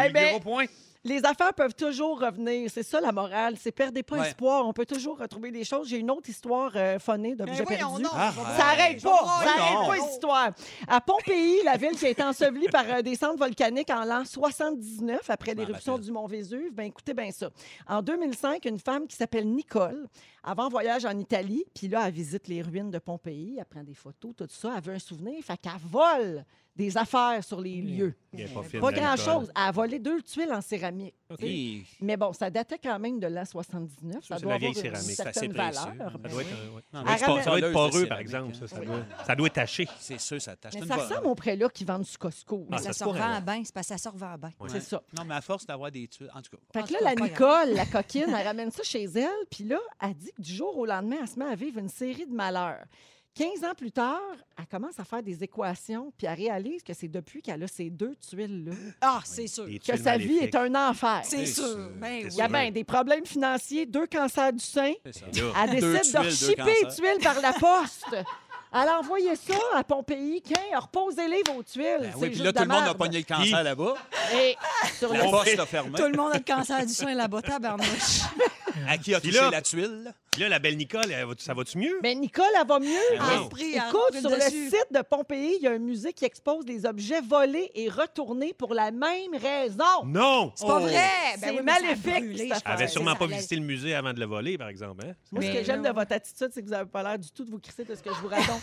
S1: Eh ben,
S2: Gros point.
S1: les affaires peuvent toujours revenir. C'est ça la morale. C'est perdez pas
S3: Ouais.
S1: espoir. On peut toujours retrouver des choses. J'ai une autre histoire euh, phonée d'objets
S4: Ben voyons
S1: perdus.
S4: donc.
S3: Ah,
S1: Ça
S3: Ouais.
S1: arrête pas.
S4: Ouais,
S1: Ça arrête
S3: non.
S1: pas, cette histoire. À Pompéi, la ville qui a été ensevelie par euh, des centres volcaniques en l'an 79 après
S3: m'en
S1: l'éruption
S3: rappelle.
S1: du mont Vésuve, ben écoutez bien ça. En 2005, une femme qui s'appelle Nicole, avant voyage en Italie, puis là, elle visite les ruines de Pompéi, elle prend des photos, tout ça, elle veut un souvenir, fait qu'elle vole des affaires sur les lieux.
S2: Il est pas fine,
S1: Pas
S2: la
S1: grand-chose. Elle a volé deux tuiles en céramique.
S3: Et-
S1: Mais bon, ça datait quand même de l'an 79. Ça,
S2: c'est
S1: doit
S2: la vieille
S1: avoir une
S2: céramique,
S3: c'est assez
S1: certaine
S3: précieux.
S1: valeur.
S2: Ça
S1: ben
S2: doit
S1: oui.
S2: être, euh, ouais.
S3: Non,
S1: mais
S2: Ça doit être- ça doit être
S3: Ramène-
S2: poreux, par
S3: céramique,
S2: exemple.
S3: hein.
S2: Ça, ça doit, ça doit être taché.
S3: C'est sûr, ça t'achète
S1: Mais
S3: une
S1: ça
S3: bonne-
S1: ressemble au prélat qui vendent du Costco.
S2: Ah,
S4: Ça
S2: ça se
S4: sort
S2: pourrait,
S4: à
S2: ouais.
S4: bain, c'est parce que ça sort à bain.
S2: Ouais.
S1: C'est ça.
S3: Non, mais à force d'avoir des tuiles. En tout cas,
S1: Fait
S4: En
S1: que là,
S4: tout cas,
S1: la
S4: pas
S1: Nicole, la coquine, elle ramène ça chez elle, puis là, elle dit que du jour au lendemain, elle se met à vivre une série de malheurs. 15 ans plus tard, elle commence à faire des équations, puis elle réalise que c'est depuis qu'elle a ces deux tuiles-là
S4: Ah, c'est sûr.
S2: Des euh,
S1: que
S2: tuiles
S1: sa vie
S2: maléfiques.
S1: est un enfer.
S4: C'est
S3: C'est
S4: sûr.
S3: sûr.
S4: Ben
S2: C'est
S4: oui.
S1: Il y a bien des problèmes financiers, deux cancers du sein.
S3: c'est ça.
S1: Elle
S3: Deux
S1: décide de
S3: tuiles, deux
S1: chipper les
S3: cancers.
S1: tuiles par la poste. Elle a envoyé ça à Pompéi, qu'un, reposez-les vos tuiles.
S3: Ben
S1: c'est
S3: oui, puis
S1: juste
S3: là,
S1: de
S3: tout le monde a
S1: merde.
S3: pogné le cancer là-bas.
S1: Et sur le
S3: La poste a fermé.
S4: Tout le monde a le cancer du sein là-bas, tabarnouche.
S3: À qui a
S2: Puis
S3: touché
S2: là-
S3: la tuile?
S2: Puis Là, la belle Nicole, elle va- ça va-tu mieux?
S1: Mais Nicole, elle va mieux.
S3: Ah oui.
S1: Mais
S4: Esprit,
S1: Écoute,
S4: elle
S1: sur
S4: roule
S1: le
S4: dessus.
S1: site de Pompéi, il y a un musée qui expose des objets volés et retournés pour la même raison.
S2: Non!
S4: C'est pas
S3: Oh.
S4: vrai.
S1: C'est
S4: Ben oui, mais ça a
S1: maléfique,
S4: brûlé,
S1: cette
S4: je pense.
S2: Elle avait
S1: Ouais,
S2: sûrement
S4: Ça
S2: pas
S4: l'a-
S2: visité le musée avant de le voler, par exemple. Hein?
S1: Moi, ce
S4: Mais
S1: que j'aime
S4: non.
S1: de votre attitude, c'est que vous n'avez pas l'air du tout de vous crisser de ce que je vous raconte.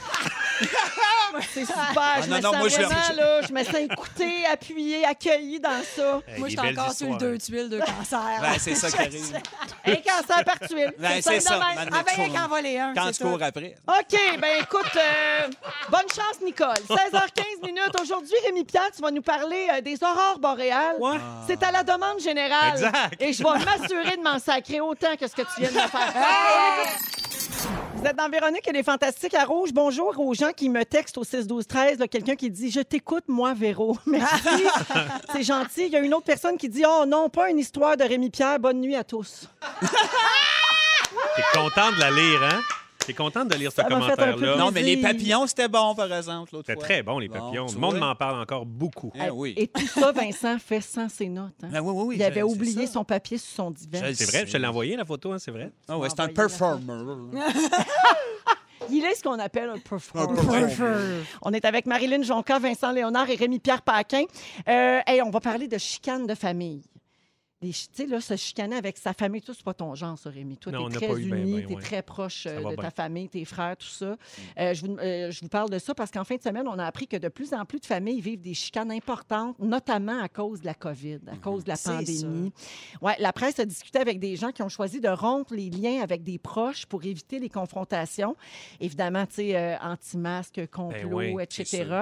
S1: c'est super. Je
S3: Ah non,
S1: me
S3: non,
S1: sens
S3: moi, je-
S1: vraiment, là, je me sens écoutée, appuyée, accueillie dans ça.
S2: Hey,
S4: Moi,
S2: des
S4: j'étais
S2: belles
S4: encore sur le
S2: histoires.
S4: deux tuiles de cancer.
S3: Ben, c'est ça qui arrive.
S1: Un cancer par tuile.
S3: Ben,
S1: C'est
S3: c'est
S1: ça.
S3: ça.
S1: de même.
S3: Maintenant,
S4: Avec
S3: tu cours-
S4: un voler un.
S3: Quand
S4: c'est
S3: tu
S4: tout.
S3: cours après.
S1: OK, ben écoute, euh, bonne chance, Nicole. 16h15 minutes. Aujourd'hui, Rémi Pierre, tu vas nous parler euh, des aurores boréales.
S2: Ouais.
S1: C'est à la demande générale.
S2: Exact.
S1: Et je vais m'assurer de m'en sacrer autant que ce que tu viens de me faire. faire. Vous êtes dans Véronique et les Fantastiques à Rouge. Bonjour aux gens qui me textent au 6 12 13 là, Quelqu'un qui dit Je t'écoute, moi, Véro. Merci. C'est gentil. Il y a une autre personne qui dit Oh non, pas une histoire de Rémi Pierre. Bonne nuit à tous.
S2: hein. T'es contente de la lire, hein? T'es contente de lire ce
S1: Ça m'a fait un peu
S2: commentaire-là?
S1: plaisir.
S3: Non, mais les papillons, c'était bon, par exemple, l'autre
S2: C'était
S3: fois.
S2: très bon, les
S3: Bon,
S2: papillons.
S3: tu
S2: Le monde
S3: vois.
S2: m'en parle encore beaucoup.
S3: Eh oui.
S1: Et tout ça, Vincent fait sans ses notes. hein.
S3: Ben oui, oui, oui,
S1: Il
S3: je-
S1: avait
S3: c'est
S1: oublié
S3: ça.
S1: son papier sur son divan.
S3: Je le
S2: C'est vrai,
S3: sais.
S2: je te l'ai envoyé, la photo, hein, c'est vrai?
S3: Ah ouais, c'est un
S1: envoyé la
S3: performer.
S1: Il est ce qu'on appelle un performer.
S3: Un
S1: On est avec Marilyn Jonca, Vincent Léonard et Rémi-Pierre Paquin. Euh, hey, on va parler de chicane de famille. Les chi- Tu sais, là, se chicaner avec sa famille, tout, c'est pas ton genre, ça, Rémi. Toi,
S2: Non, on
S1: t'es
S2: n'a
S1: très
S2: pas eu ben,
S1: uni,
S2: ben,
S1: t'es
S2: ouais.
S1: très proche euh,
S2: va
S1: de ta
S2: bien.
S1: famille, tes frères, tout ça. Euh, je, vous, euh, je vous parle de ça parce qu'en fin de semaine, on a appris que de plus en plus de familles vivent des chicanes importantes, notamment à cause de la COVID, à cause de la
S4: C'est
S1: pandémie. Ouais, la presse a discuté avec des gens qui ont choisi de rompre les liens avec des proches pour éviter les confrontations. Évidemment, tu sais, euh, anti-masque, complot,
S2: oui,
S3: c'est
S1: etc.
S3: sûr.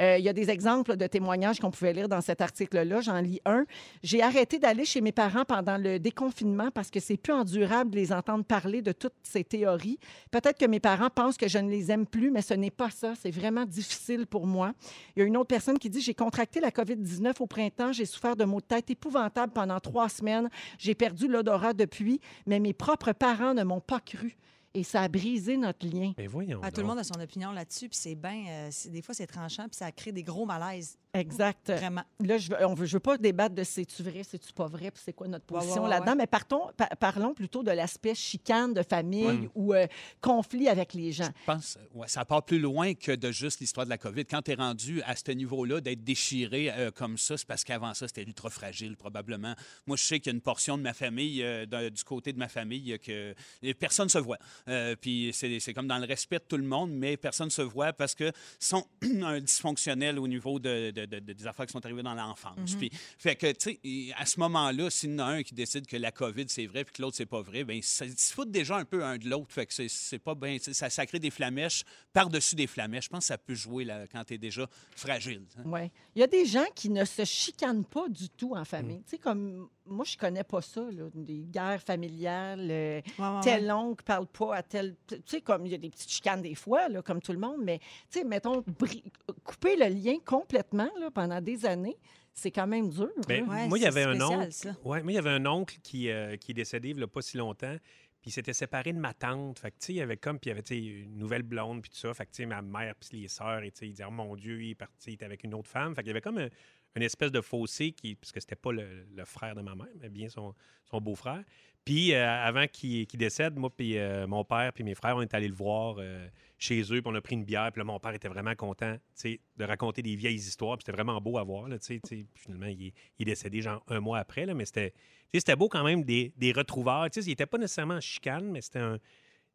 S1: Euh, Il y a des exemples de témoignages qu'on pouvait lire dans cet article-là. J'en lis un. J'ai arrêté d'aller chez mes parents pendant le déconfinement parce que c'est plus endurable de les entendre parler de toutes ces théories. Peut-être que mes parents pensent que je ne les aime plus, mais ce n'est pas ça. C'est vraiment difficile pour moi. Il y a une autre personne qui dit J'ai contracté la COVID-19 au printemps. J'ai souffert de maux de tête épouvantables pendant trois semaines. J'ai perdu l'odorat depuis, mais mes propres parents ne m'ont pas cru. Et ça a brisé notre lien.
S2: Mais voyons.
S4: Ah, tout le
S2: donc.
S4: monde a son opinion là-dessus, puis c'est bien. euh, c'est- des fois, c'est tranchant, puis ça crée des gros malaises.
S1: Exact.
S4: Vraiment.
S1: Là, je veux, on veut, je veux pas débattre de c'est-tu vrai, c'est-tu pas vrai, puis c'est quoi notre
S4: Ouais, ouais,
S1: position
S4: ouais,
S1: là-dedans,
S4: ouais.
S1: mais partons, pa- parlons plutôt de l'aspect chicane de famille ou euh, conflit avec les gens.
S3: Je pense ouais, ça part plus loin que de juste l'histoire de la COVID. Quand tu es rendu à ce niveau-là, d'être déchiré euh, comme ça, c'est parce qu'avant ça, c'était ultra fragile, probablement. Moi, je sais qu'il y a une portion de ma famille, euh, de- du côté de ma famille, euh, que et personne se voit. Euh, puis c'est c'est comme dans le respect de tout le monde, mais personne se voit parce que sont un dysfonctionnel au niveau de, de- de- de- des affaires qui sont arrivées dans l'enfance. Puis, fait que, tu sais, à ce moment-là, s'il y en a un qui décide que la COVID, c'est vrai, puis que l'autre, c'est pas vrai, bien, ça- ils se foutent déjà un peu un de l'autre. Fait que c'est- c'est pas bien. tu sais, Ça, ça crée des flamèches par-dessus des flamèches. Je pense que ça peut jouer là, quand t'es déjà fragile. hein.
S1: Ouais. Il y a des gens qui ne se chicanent pas du tout en famille. Tu sais, comme moi, je connais pas ça, là, des guerres familiales. euh,
S4: Ouais, ouais, ouais.
S1: tel oncle parle pas à tel. Tu sais, comme il y a des petites chicanes des fois, là, comme tout le monde, mais tu sais, mettons, bri- couper le lien complètement là, pendant des années, c'est quand même dur.
S6: Mais
S1: là.
S4: Ouais,
S6: moi, il y
S4: c'est
S6: avait un
S4: spécial,
S6: oncle.
S4: ça.
S6: Ouais, moi, il y avait un oncle qui, euh, qui est décédé il n'y a pas si longtemps. Puis il s'était séparé de ma tante. Fait que, tu sais, il y avait comme, puis il y avait, tu sais, une nouvelle blonde, puis tout ça. Fait que, tu sais, ma mère, puis les sœurs, et tu sais, il disait, oh mon Dieu, il est parti, il était avec une autre femme. Fait qu'il y avait comme un- une espèce de fossé, qui, parce que c'était pas le, le frère de ma mère, mais bien son, son beau-frère. Puis euh, avant qu'il qu'il décède, moi, puis euh, mon père, puis mes frères, on est allés le voir euh, chez eux, puis on a pris une bière. Puis là, mon père était vraiment content, tu sais, de raconter des vieilles histoires. Puis c'était vraiment beau à voir, là, tu sais. tu sais. Puis finalement, il est, il est décédé, genre, un mois après, là, mais c'était... Tu sais, c'était beau quand même des, des retrouvailles. Tu sais, il n'était pas nécessairement en chicane, mais c'était un. tu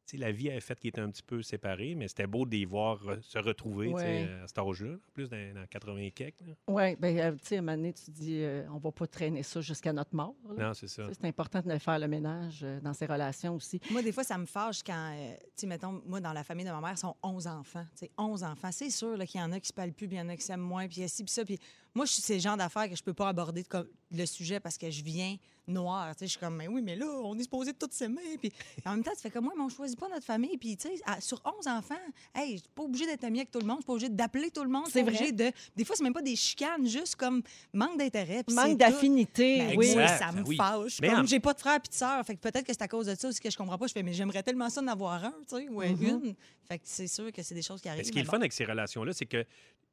S6: sais, la vie avait fait qu'ils étaient un petit peu séparés, mais c'était beau de les voir re- se retrouver tu sais,
S1: Ouais.
S6: euh, à cet âge-là, en plus dans, dans 80 et quelques. là.
S1: Oui, bien, ben, euh, tu sais, à un moment donné, tu dis, euh, on va pas traîner ça jusqu'à notre mort. là.
S6: Non, c'est ça.
S1: Tu sais, C'est important de faire le ménage euh, dans ses relations aussi.
S4: Moi, des fois, ça me fâche quand, euh, tu sais, mettons, moi, dans la famille de ma mère, ils sont 11 enfants. Tu sais, 11 enfants. C'est sûr là, qu'il y en a qui se parlent plus, puis il y en a qui s'aiment moins, puis il y a ci, puis ça. Puis moi, je suis ces genre d'affaires que je peux pas aborder de com- le sujet parce que je viens noire. Tu sais, je suis comme, mais oui, mais là, on est supposé de toutes s'aimer. Puis en même temps, tu fais comme moi, mais on choisit pas notre famille. Puis, tu sais, à- sur 11 enfants, hey, je suis pas obligée d'être amie avec tout le monde, je suis pas obligée d'appeler tout le monde. je suis
S1: C'est
S4: pas
S1: vrai.
S4: obligée De... Des fois, c'est même pas des chicanes, juste comme manque d'intérêt. puis c'est
S1: Manque
S4: tout.
S1: d'affinité,
S4: Ben
S1: oui.
S4: moi,
S3: Exact,
S4: ça me
S3: ben oui.
S4: fâche.
S6: Mais
S4: comme
S6: en-
S4: j'ai pas de frère puis de sœur, fait que peut-être que c'est à cause de ça aussi que je comprends pas. Je fais mais j'aimerais tellement ça d'en avoir un, tu sais, ou euh, une. Fait que c'est sûr que c'est des choses qui
S6: Mais
S4: arrivent.
S6: ce qui est le
S4: mais
S6: fun avec ces relations-là, c'est que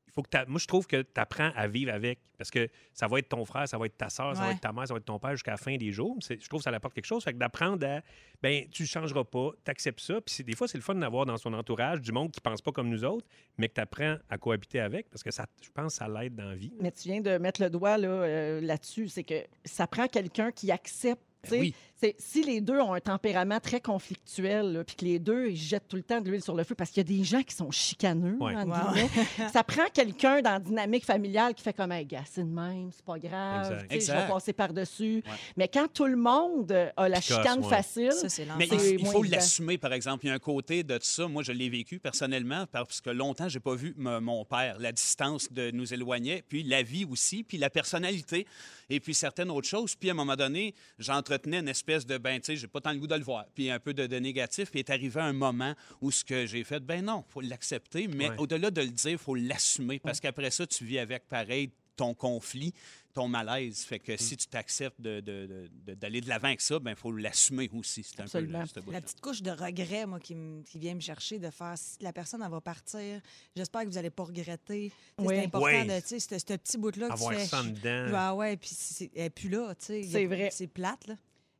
S6: il faut que t'a- moi, je trouve que tu apprends à vivre avec. Parce que ça va être ton frère, ça va être ta soeur, ça va
S4: Ouais.
S6: être ta mère, ça va être ton père jusqu'à la fin des jours. C'est- Je trouve que ça apporte quelque chose. Fait que d'apprendre à. ben tu changeras pas, tu acceptes ça. Puis c'est- des fois, c'est le fun d'avoir dans son entourage du monde qui pense pas comme nous autres, mais que tu apprends à cohabiter avec. Parce que ça, je pense que ça l'aide dans la vie.
S1: Mais tu viens de mettre le doigt là, euh, là-dessus. c'est que ça prend quelqu'un qui accepte. tu
S6: Ben
S1: sais.
S3: oui.
S1: C'est- Si les deux ont un tempérament très conflictuel, là, puis que les deux ils jettent tout le temps de l'huile sur le feu, parce qu'il y a des gens qui sont chicaneux,
S6: Ouais.
S1: entre
S4: Wow.
S1: guillemets, ça prend quelqu'un dans la dynamique familiale qui fait comme hey, gars, c'est de même, c'est pas grave,
S6: Exact.
S1: tu sais, je
S3: Exact.
S1: vais passer par-dessus.
S3: Ouais.
S1: Mais quand tout le monde euh, a la
S6: Qui casse,
S1: chicane
S6: ouais.
S1: facile,
S4: Ça, c'est
S3: Mais
S4: l'enfer.
S3: il,
S1: C'est
S3: f- il
S1: moins
S3: faut
S1: évident.
S3: l'assumer, par exemple. Il y a un côté de ça. Moi, je l'ai vécu personnellement parce que longtemps, j'ai pas vu m- mon père. La distance de nous éloignait, puis la vie aussi, puis la personnalité, et puis certaines autres choses. Puis à un moment donné, j'entretenais une espèce de ben, tu sais, j'ai pas tant le goût de le voir, puis un peu de, de négatif. Puis est arrivé un moment où ce que j'ai fait, ben non, faut l'accepter, mais
S6: Ouais.
S3: au-delà de le dire, faut l'assumer parce qu'après ça, tu vis avec pareil ton conflit, ton malaise. Fait
S4: Mm.
S3: que si tu t'acceptes de- de- de- de- d'aller de l'avant avec ça, ben il faut l'assumer aussi. C'est un peu
S1: Absolument.
S3: là, ce bout-là.
S4: La petite couche de regret, moi, qui, me- qui vient me chercher de faire si la personne, elle va partir. J'espère que vous n'allez pas regretter. Tu sais,
S1: Oui.
S4: C'est important
S6: Ouais.
S4: de, tu sais, ce ce petit bout-là que
S6: Avoir
S4: tu fais.
S6: ça en dedans.
S4: Ah ouais, puis c'est- elle est plus là, tu sais.
S1: C'est vrai.
S4: C'est plate, là.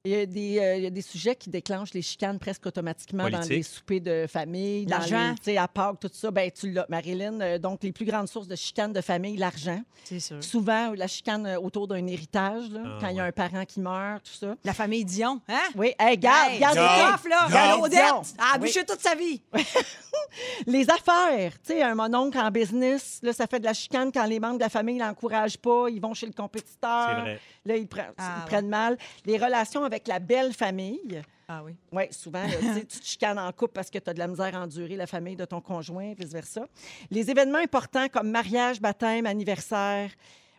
S1: Il y, a des, euh, il y a des sujets qui déclenchent les chicanes presque automatiquement dans
S6: Politique.
S1: les soupers de famille, dans
S4: L'argent.
S1: les, tu sais, à Pâques, tout ça. Ben, tu l'as, Marilyn. Euh, Donc, les plus grandes sources de chicanes de famille, l'argent.
S4: C'est sûr.
S1: Souvent, la chicane euh, autour d'un héritage, là,
S6: Ah,
S1: quand il y a
S6: ouais.
S1: un parent qui meurt, tout ça.
S4: La famille Dion, hein?
S1: Oui, hey, garde,
S4: Hey,
S1: garde,
S4: c'est
S3: Dion.
S4: tough, là.
S3: Dion.
S4: Regarde
S1: Dion.
S4: Odette. Elle a
S1: Oui.
S4: bûché toute sa vie.
S1: Les affaires, tu sais, un mononcle en business, là, ça fait de la chicane quand les membres de la famille l'encouragent pas, ils vont chez le compétiteur.
S6: C'est vrai.
S1: Là, ils, prennent-
S4: Ah,
S1: ils
S4: ouais.
S1: prennent mal. Les relations avec la belle famille.
S4: Ah oui.
S1: Oui, souvent, là, tu sais, tu te chicanes en couple parce que tu as de la misère à endurer la famille de ton conjoint, vice-versa. Les événements importants comme mariage, baptême, anniversaire,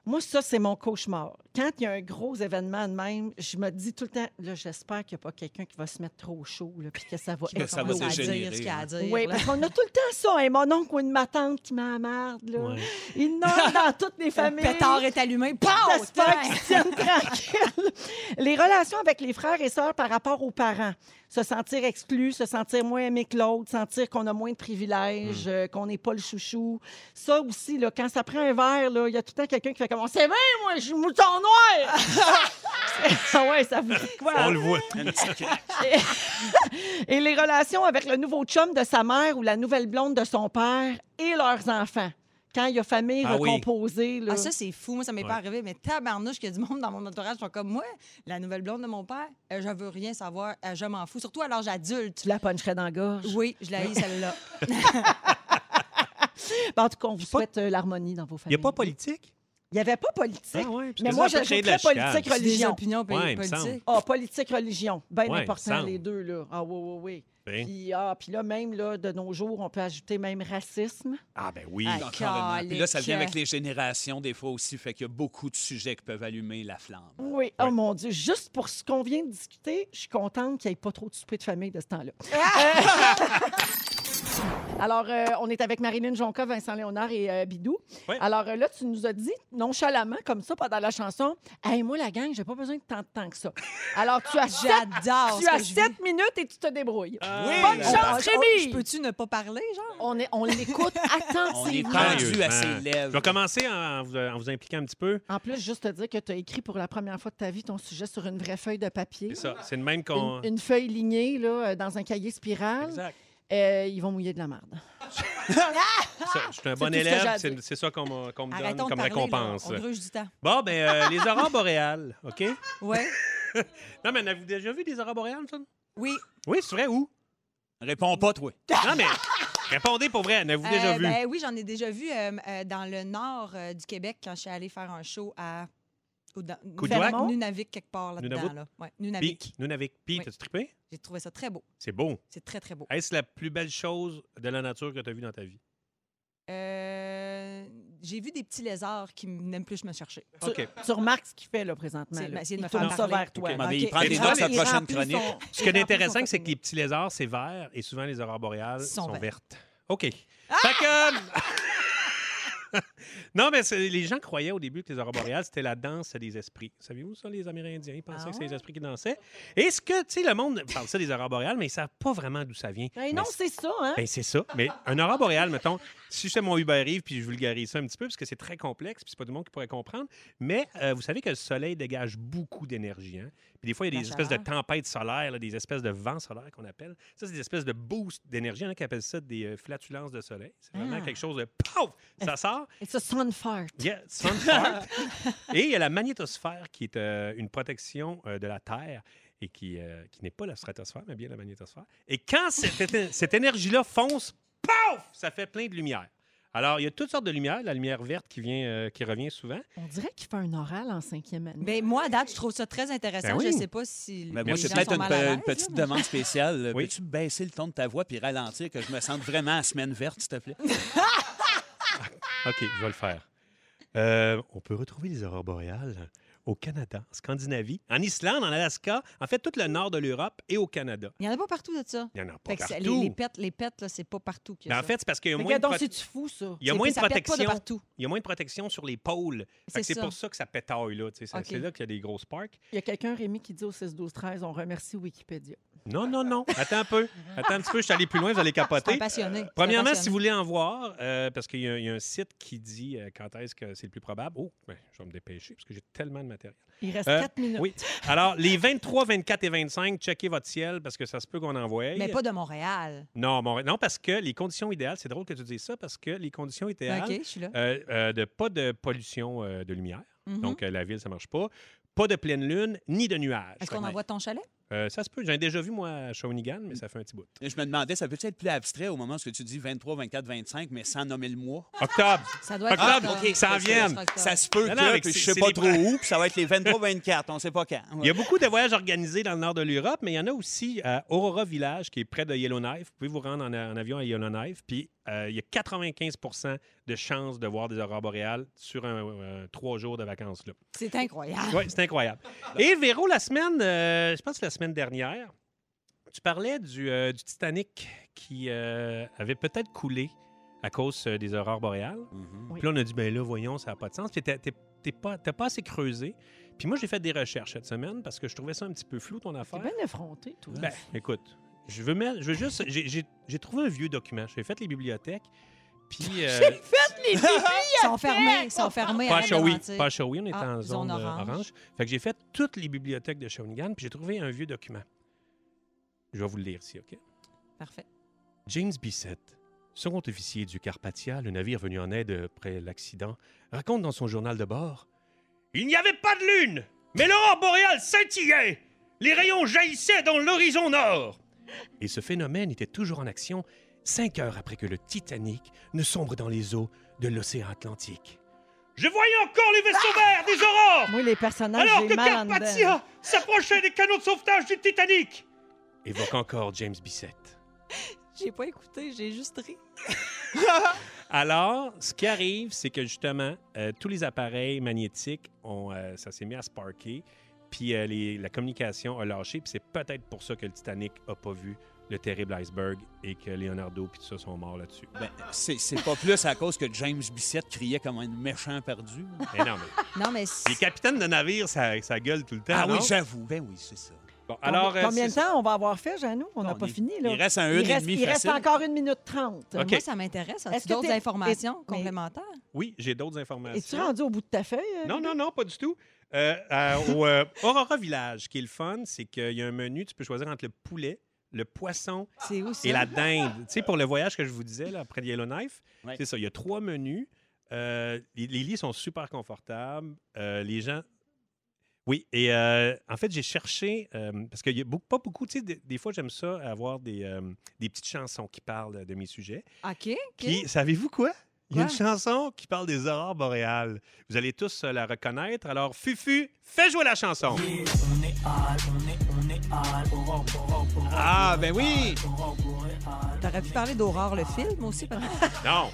S1: moi, ça, c'est mon cauchemar. Quand il y a un gros événement de même, je me dis tout le temps, là, j'espère qu'il n'y a pas quelqu'un qui va se mettre trop chaud, là, puis que ça va
S4: Qui va
S3: ça va
S4: commencer à
S1: exploser.
S4: dire
S3: dégénérer,
S4: ce qu'il y a à dire.
S1: Oui,
S4: là.
S1: parce qu'on a tout le temps ça, hein, mon oncle ou une ma tante qui m'emmarde, là.
S6: Ouais.
S1: Il meurt dans toutes les
S4: Le
S1: familles.
S4: pétard est allumé. Pow! Ah,
S1: Ça se peut qu'ils se tiennent tranquilles. Les relations avec les frères et sœurs par rapport aux parents. se sentir exclu, se sentir moins aimé que l'autre, sentir qu'on a moins de
S6: Hmm.
S1: privilèges, euh, qu'on n'est pas le chouchou. Ça aussi, là, quand ça prend un verre, là, il y a tout le temps quelqu'un qui fait comme on sait bien, moi, je suis mouton noir! ah ouais, ça vous.
S2: On le voit.
S3: Une petite claque.
S1: Et les relations avec le nouveau chum de sa mère ou la nouvelle blonde de son père et leurs enfants. Quand il y a famille
S6: Ah oui.
S1: recomposée. là.
S4: Ah, ça, c'est fou. Moi, ça m'est
S6: Ouais.
S4: pas arrivé, mais tabarnouche qu'il y a du monde dans mon entourage qui sont comme moi. La nouvelle blonde de mon père, euh, je veux rien savoir, euh, je m'en fous. Surtout à l'âge adulte.
S1: tu la puncherais dans la gorge.
S4: Oui, je la hais, celle-là.
S1: Ben, en tout cas, on vous souhaite euh, l'harmonie dans vos
S6: Il n'y
S1: familles.
S6: a pas politique.
S1: Il n'y avait pas politique.
S6: Ah ouais, parce
S1: mais
S6: que
S1: moi,
S6: ça peut
S1: je
S6: créer de
S1: très
S6: la
S1: politique,
S6: chicane.
S4: Des
S1: religion.
S4: opinions poli-
S6: Ouais, il me semble.
S4: politiques.
S1: Ah, politique, religion. Bien
S6: Ouais,
S1: important,
S6: semble.
S1: les deux, là. Ah, oui, oui, oui.
S6: Ben.
S1: Puis, ah, puis là, même, là, de nos jours, on peut ajouter même racisme.
S6: Ah, ben oui.
S4: Aïe.
S3: Ah, carrément. Puis là, ça vient
S4: Calique.
S3: avec les générations, des fois aussi. Fait qu'il y a beaucoup de sujets qui peuvent allumer la flamme.
S1: Oui, oh mon Dieu, juste pour ce qu'on vient de discuter, je suis contente qu'il n'y ait pas trop de souper de famille de ce temps-là.
S6: Ah!
S1: Euh, Alors, euh, on est avec Marilyn Jonca, Vincent Léonard et euh, Bidou.
S6: Ouais.
S1: Alors euh, là, tu nous as dit nonchalamment, comme ça, pendant la chanson, Hey, moi, la gang, j'ai pas besoin de tant de temps que ça. Alors, tu as, sept-
S4: J'adore.
S1: tu
S4: ce
S1: as
S4: que je
S1: sept
S4: vis.
S1: minutes et tu te débrouilles.
S6: Oui.
S1: Bonne
S4: On-
S1: chance,
S4: on-
S1: Rémi!
S4: Je peux-tu ne pas parler, genre?
S1: On, est- on l'écoute
S3: On est
S1: attentivement.
S3: tendu à ses
S6: Sérieusement. Je
S3: lèvres.
S6: vais commencer en vous, en vous impliquant un petit peu.
S1: En plus, juste te dire que tu as écrit pour la première fois de ta vie ton sujet sur une vraie feuille de papier.
S6: C'est ça. C'est le même qu'on.
S1: Une, une feuille lignée là, euh, dans un cahier spirale.
S6: Exact.
S1: Euh, ils vont mouiller de la merde.
S6: Ça, je suis un
S1: tout ce
S6: bon
S1: que j'ai à
S6: élève, c'est
S1: dire.
S6: c'est ça qu'on m'a- qu'on me donne
S4: Arrêtons de
S6: comme
S4: parler. là.
S6: récompense.
S4: On gruge du temps.
S6: Bon, ben, euh, les aurores boréales, OK?
S4: Ouais.
S6: Non, mais avez-vous déjà vu des aurores boréales, ça?
S4: Oui.
S6: Oui, c'est vrai, où?
S3: Réponds pas, toi.
S6: Non, mais répondez pour vrai, avez-vous déjà
S4: Euh,
S6: vu?
S4: ben oui, j'en ai déjà vu euh, euh, dans le nord euh, du Québec quand je suis allée faire un show à au- dans-
S6: Coudouac?
S4: Vermont? Nunavik quelque part là-dedans.
S6: Nunavut?
S4: Là. Ouais,
S6: Puis,
S4: Nunavik.
S6: Nunavik. Puis,
S4: Oui.
S6: t'as-tu trippé?
S4: J'ai trouvé ça très beau.
S6: C'est beau.
S4: C'est très, très beau.
S6: Est-ce la plus belle chose de la nature que t'as vue dans ta vie?
S4: Euh, j'ai vu des petits lézards qui venaient me plus me chercher.
S6: OK.
S1: Tu remarques ce qu'il fait là présentement.
S4: C'est-
S1: là.
S4: ben, c'est de
S1: il
S4: me
S1: tourne
S4: faire
S1: ça
S4: parler.
S1: vers toi.
S3: Ok, bon, ben, il
S4: Ok.
S3: prend
S6: des
S1: Il
S6: notes à la
S1: remplit-
S3: prochaine
S1: il remplit
S3: chronique.
S1: son-
S6: Ce qui est
S1: il remplit
S6: intéressant,
S1: son
S6: c'est que
S1: contenu.
S6: les petits lézards, c'est vert, et souvent les aurores boréales
S4: Sont
S6: sont,
S4: verts.
S6: vertes. OK. Fait que, euh, non, mais c'est- les gens croyaient au début que les aurores boréales, c'était la danse des esprits. Saviez-vous ça, les Amérindiens? Ils pensaient
S4: Ah
S6: que c'est les esprits qui dansaient. Et ce que, tu sais, le monde parle ça des aurores boréales, mais ils ne savent pas vraiment d'où ça vient.
S1: Ben non,
S6: Mais
S1: c'est ça, hein?
S6: ben, c'est ça. Mais un aurore boréal, mettons, si je fais mon Uber Eats puis je vulgarise ça un petit peu, parce que c'est très complexe, puis c'est pas tout le monde qui pourrait comprendre. Mais euh, vous savez que le soleil dégage beaucoup d'énergie. hein. Puis des fois, il y a
S4: La
S6: des espèces de
S4: chaleur.
S6: tempêtes solaires, là, des espèces de vents solaires qu'on appelle. Ça, c'est des espèces de boosts d'énergie. Il y en a qui appellent ça des euh, flatulences de soleil. C'est vraiment
S1: Ah.
S6: quelque chose de pouf! Ça sort.
S1: It's a sun fart.
S6: Yeah, sun fart. Et il y a la magnétosphère qui est euh, une protection euh, de la Terre et qui, euh, qui n'est pas la stratosphère, mais bien la magnétosphère. Et quand cette, é- cette énergie-là fonce, paf, ça fait plein de lumière. Alors, il y a toutes sortes de lumières. La lumière verte qui, vient, euh, qui revient souvent.
S1: On dirait qu'il fait un oral en cinquième année.
S4: Ben, moi, à date, je trouve ça très intéressant.
S6: Ben oui.
S4: Je ne sais pas si.
S3: Ben,
S4: les
S3: moi, c'est
S4: gens
S3: peut-être
S4: sont
S3: une,
S4: mal
S3: pe-
S4: à l'aise,
S3: une petite
S4: là, mais-
S3: demande spéciale.
S6: Oui.
S3: Peux-tu baisser le ton de ta voix puis ralentir que je me sente vraiment à semaine verte, s'il te plaît?
S6: OK, je vais le faire. Euh, on peut retrouver les aurores boréales au Canada, en Scandinavie, en Islande, en Alaska, en fait, tout le nord de l'Europe et au Canada.
S4: Il n'y en a pas partout de ça.
S6: Il n'y en a pas
S4: Fait que c'est-
S6: partout.
S4: les, les pets, les pets, là, c'est pas partout qu'il y
S6: Mais
S4: a
S6: en
S4: ça.
S6: fait, c'est parce qu'il y a
S1: Mais
S6: moins de
S1: ben, donc,
S6: prote-
S1: c'est-tu fou, ça?
S6: il y a
S4: C'est-
S6: moins de
S4: ça pète pas de
S6: protection.
S4: partout.
S6: Il y a moins de protection sur les pôles. Fait que
S4: C'est
S6: C'est
S4: ça.
S6: pour ça que ça pétaille, là. tu sais, ça-
S4: OK.
S6: C'est là qu'il y a des grosses parcs.
S1: Il y a quelqu'un, Rémi, qui dit au 6-12-13, on remercie Wikipédia.
S6: Non, non, non. Attends un peu. Attends un petit peu, je suis allé plus loin, vous allez
S4: C'est un
S6: capoter.
S4: passionné. C'est un
S6: Premièrement,
S4: passionné.
S6: si vous voulez en voir, euh, parce qu'il y, a- il y a un site qui dit euh, quand est-ce que c'est le plus probable. Oh, ben, je vais me dépêcher parce que j'ai tellement de matériel.
S1: Il reste
S6: Euh,
S1: 4 minutes.
S6: Oui. Alors, les 23, 24 et 25, checkez votre ciel parce que ça se peut qu'on envoie.
S4: Mais pas de Montréal.
S6: Non, mon- non, parce que les conditions idéales, c'est drôle que tu dises ça, parce que les conditions idéales,
S4: OK, je suis là.
S6: euh, euh, de pas de pollution euh, de lumière.
S4: Mhm.
S6: Donc, euh, la ville, ça marche pas. Pas de pleine lune, ni de nuages.
S4: Est-ce qu'on envoie ton chalet?
S6: Euh, ça se peut. J'en ai déjà vu, moi, à Shawinigan, mais ça fait un petit bout.
S3: Je me demandais, ça peut-tu être plus abstrait au moment où tu dis 23, 24, 25, mais sans nommer le mois?
S6: Octobre!
S4: Ça doit être.
S6: Octobre,
S4: octobre.
S6: OK, ça en
S4: doit être
S6: vienne.
S4: octobre.
S3: Ça se peut
S6: Non,
S3: que,
S6: non, mais
S3: puis
S6: c'est-
S3: je sais
S6: c'est
S3: pas
S6: les-
S3: trop où, puis ça va être les 23, 24, on sait pas quand.
S6: Il y a beaucoup de voyages organisés dans le nord de l'Europe, mais il y en a aussi à Aurora Village, qui est près de Yellowknife. Vous pouvez vous rendre en, en avion à Yellowknife, puis euh, il y a 95 de chances de voir des aurores boréales sur un, euh, trois jours de vacances. là.
S4: C'est incroyable.
S6: Oui, c'est incroyable. Et Véro, la semaine, euh, je pense que la semaine dernière, tu parlais du, euh, du Titanic qui euh, avait peut-être coulé à cause euh, des aurores boréales.
S3: Mhm.
S1: Oui.
S6: Puis là, on a dit, ben là, voyons, ça n'a pas de sens. Puis t'as- t'es t'es pas, t'as pas assez creusé. Puis moi, j'ai fait des recherches cette semaine parce que je trouvais ça un petit peu flou, ton
S1: T'es
S6: affaire.
S1: bien effronté, toi.
S6: Ben, écoute, je veux, mettre- je veux juste. j'ai- J'ai j'ai trouvé un vieux document. J'ai fait les bibliothèques. Puis. euh,
S4: Ils sont fermés, ils sont fermés.
S6: pas à
S4: Ah, arrête de
S6: Shawi.
S4: mentir.
S6: Pas à Shawi, on est
S4: Ah,
S6: en
S4: zone
S6: zone euh,
S4: orange.
S6: orange. Fait que j'ai fait toutes les bibliothèques de Shawinigan, puis j'ai trouvé un vieux document. Je vais vous le lire ici, OK?
S4: Parfait.
S6: James Bissett, second officier du Carpathia, le navire venu en aide après l'accident, raconte dans son journal de bord Il n'y avait pas de lune, mais l'aurore boréale scintillait Les rayons jaillissaient dans l'horizon nord Et ce phénomène était toujours en action cinq heures après que le Titanic ne sombre dans les eaux de l'océan Atlantique. Je voyais encore les vaisseaux verts des aurores
S1: Moi, les personnages,
S6: alors
S1: j'ai
S6: que
S1: mal en dedans.
S6: Carpathia s'approchait des canaux de sauvetage du Titanic Évoque encore James Bissett.
S4: J'ai pas écouté, j'ai juste ri.
S6: Alors, ce qui arrive, c'est que justement, euh, tous les appareils magnétiques, ont, euh, ça s'est mis à sparker, puis euh, les- la communication a lâché, puis c'est peut-être pour ça que le Titanic a pas vu le terrible iceberg et que Leonardo puis tout ça sont morts là-dessus.
S3: Ben, c'est c'est pas plus à cause que James Bissett criait comme un méchant perdu.
S6: Mais non, mais
S4: Non, mais
S6: les capitaines de navire, ça, ça gueule tout le temps.
S3: Ah oui,
S6: non?
S3: j'avoue. Ben oui, c'est ça.
S6: Bon,
S1: Combien-
S6: alors, euh,
S1: combien de
S6: c'est-
S1: temps on va avoir fait, Jeannot? On n'a
S3: On
S1: pas
S3: est-
S1: fini, là.
S3: Il reste un 1,5
S1: Il reste, il reste
S3: facile.
S1: encore une minute trente.
S6: OK.
S4: moi, ça m'intéresse.
S1: Est-ce
S4: As-tu
S1: que
S4: d'autres
S1: t'es-
S4: informations
S1: mais-
S4: complémentaires?
S6: Oui, j'ai d'autres informations.
S1: Es-tu rendu au bout de ta feuille? euh,
S6: Non, non, non, pas du tout. Euh, euh, au euh, Aurora Village, ce qui est le fun, c'est qu'il y a un menu, tu peux choisir entre le poulet, le poisson
S4: Ah, C'est où ça?
S6: et la dinde. Tu sais, pour le voyage que je vous disais, là, après de Yellowknife,
S3: Ouais.
S6: c'est ça, il y a trois menus. Euh, les, les lits sont super confortables. Euh, les gens... Oui, et euh, en fait, j'ai cherché, euh, parce qu'il n'y a beaucoup- pas beaucoup, tu sais, des, des fois, j'aime ça, avoir des, euh, des petites chansons qui parlent de mes sujets.
S4: OK, OK.
S6: Puis, savez-vous quoi? Il y a une
S4: Quoi?
S6: chanson qui parle des aurores boréales. Vous allez tous euh, la reconnaître. Alors, Fufu, fais jouer la chanson.
S3: Ah, ben oui!
S4: T'aurais pu parler d'Aurore, le film aussi, peut-être?
S6: Non.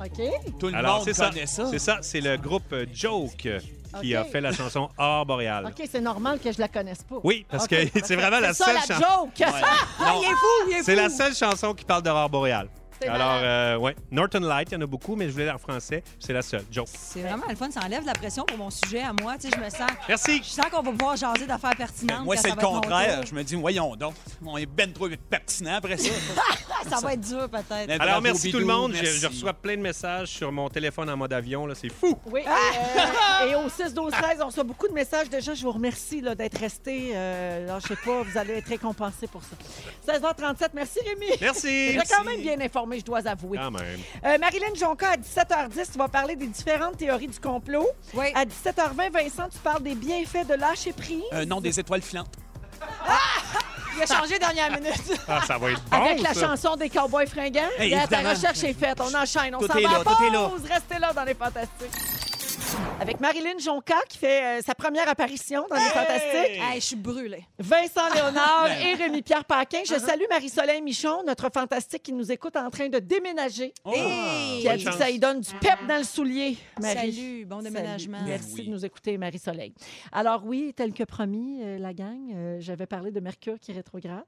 S1: OK.
S3: Tout le
S6: Alors,
S3: monde
S6: c'est ça.
S3: connaît ça.
S6: C'est ça, c'est le groupe euh, Joke euh, qui a
S1: Ok.
S6: fait la chanson Aurore boréale.
S1: OK, c'est normal que je la connaisse pas.
S6: Oui, parce
S1: OK,
S6: que c'est vraiment la hein.
S1: C'est ça,
S6: seule
S1: la
S6: chanson.
S1: joke!
S4: Ah, il est fou, il est fou!
S6: C'est la seule chanson qui parle d'aurore boréale.
S1: C'est
S6: Alors, euh, ouais. Northern Light, il y en a beaucoup, mais je voulais en français. C'est la seule. Joke.
S4: C'est vraiment le fun. Ça enlève de la pression pour mon sujet à moi. Tu sais, je me sens... Je
S6: Merci.
S4: sens qu'on va pouvoir jaser d'affaires pertinentes.
S3: Moi,
S4: quand
S3: c'est
S4: ça
S3: le
S4: va être mon
S3: contraire.
S4: tour.
S3: Je me dis, voyons donc, on est ben trop pertinent après ça.
S4: Ah, ça va être dur, peut-être.
S3: Mais
S6: Alors,
S3: bravo,
S6: merci tout le
S3: Bidou,
S6: monde. Je,
S3: merci.
S6: je reçois plein de messages sur mon téléphone en mode avion. là, C'est fou.
S1: Oui, et, euh, et au 6, 12, 13, on reçoit beaucoup de messages de gens. Je vous remercie là, d'être restés. Euh, là, je sais pas, vous allez être récompensés pour ça. 16h37, merci Rémi.
S6: Merci.
S1: J'ai quand même bien informé, je dois avouer.
S6: Quand même.
S1: Euh, Marilyn Jonca, à 17h10, tu vas parler des différentes théories du complot.
S4: Oui.
S1: À 17h20, Vincent, tu parles des bienfaits de lâcher prise.
S3: Euh, non, des étoiles filantes.
S4: Il a changé dernière minute.
S6: Ah, ça va être bon,
S1: Avec la
S6: ça.
S1: chanson des Cowboys fringants.
S3: Hey,
S1: Regarde, ta
S3: évidemment.
S1: recherche est faite. On enchaîne. On
S3: Tout
S1: s'en
S3: est
S1: va
S3: là,
S1: à
S3: tout est là.
S1: pause. Restez là dans les Fantastiques. Avec Marilyn Jonca qui fait euh, sa première apparition dans les Fantastiques.
S4: Hey, je suis brûlée.
S1: Vincent Léonard et Rémi-Pierre Paquin.
S3: Uh-huh.
S1: Je salue Marie-Soleil Michon, notre fantastique qui nous écoute en train de déménager.
S3: Oh.
S4: Hey!
S1: Qui a dit
S6: chance.
S1: que ça lui donne du pep dans le soulier, Marie.
S4: Ah. Salut, bon
S1: Salut.
S4: déménagement.
S3: Ben
S1: Merci
S3: oui.
S1: de nous écouter, Marie-Soleil. Alors oui, tel que promis, euh, la gang, euh, j'avais parlé de Mercure qui rétrograde.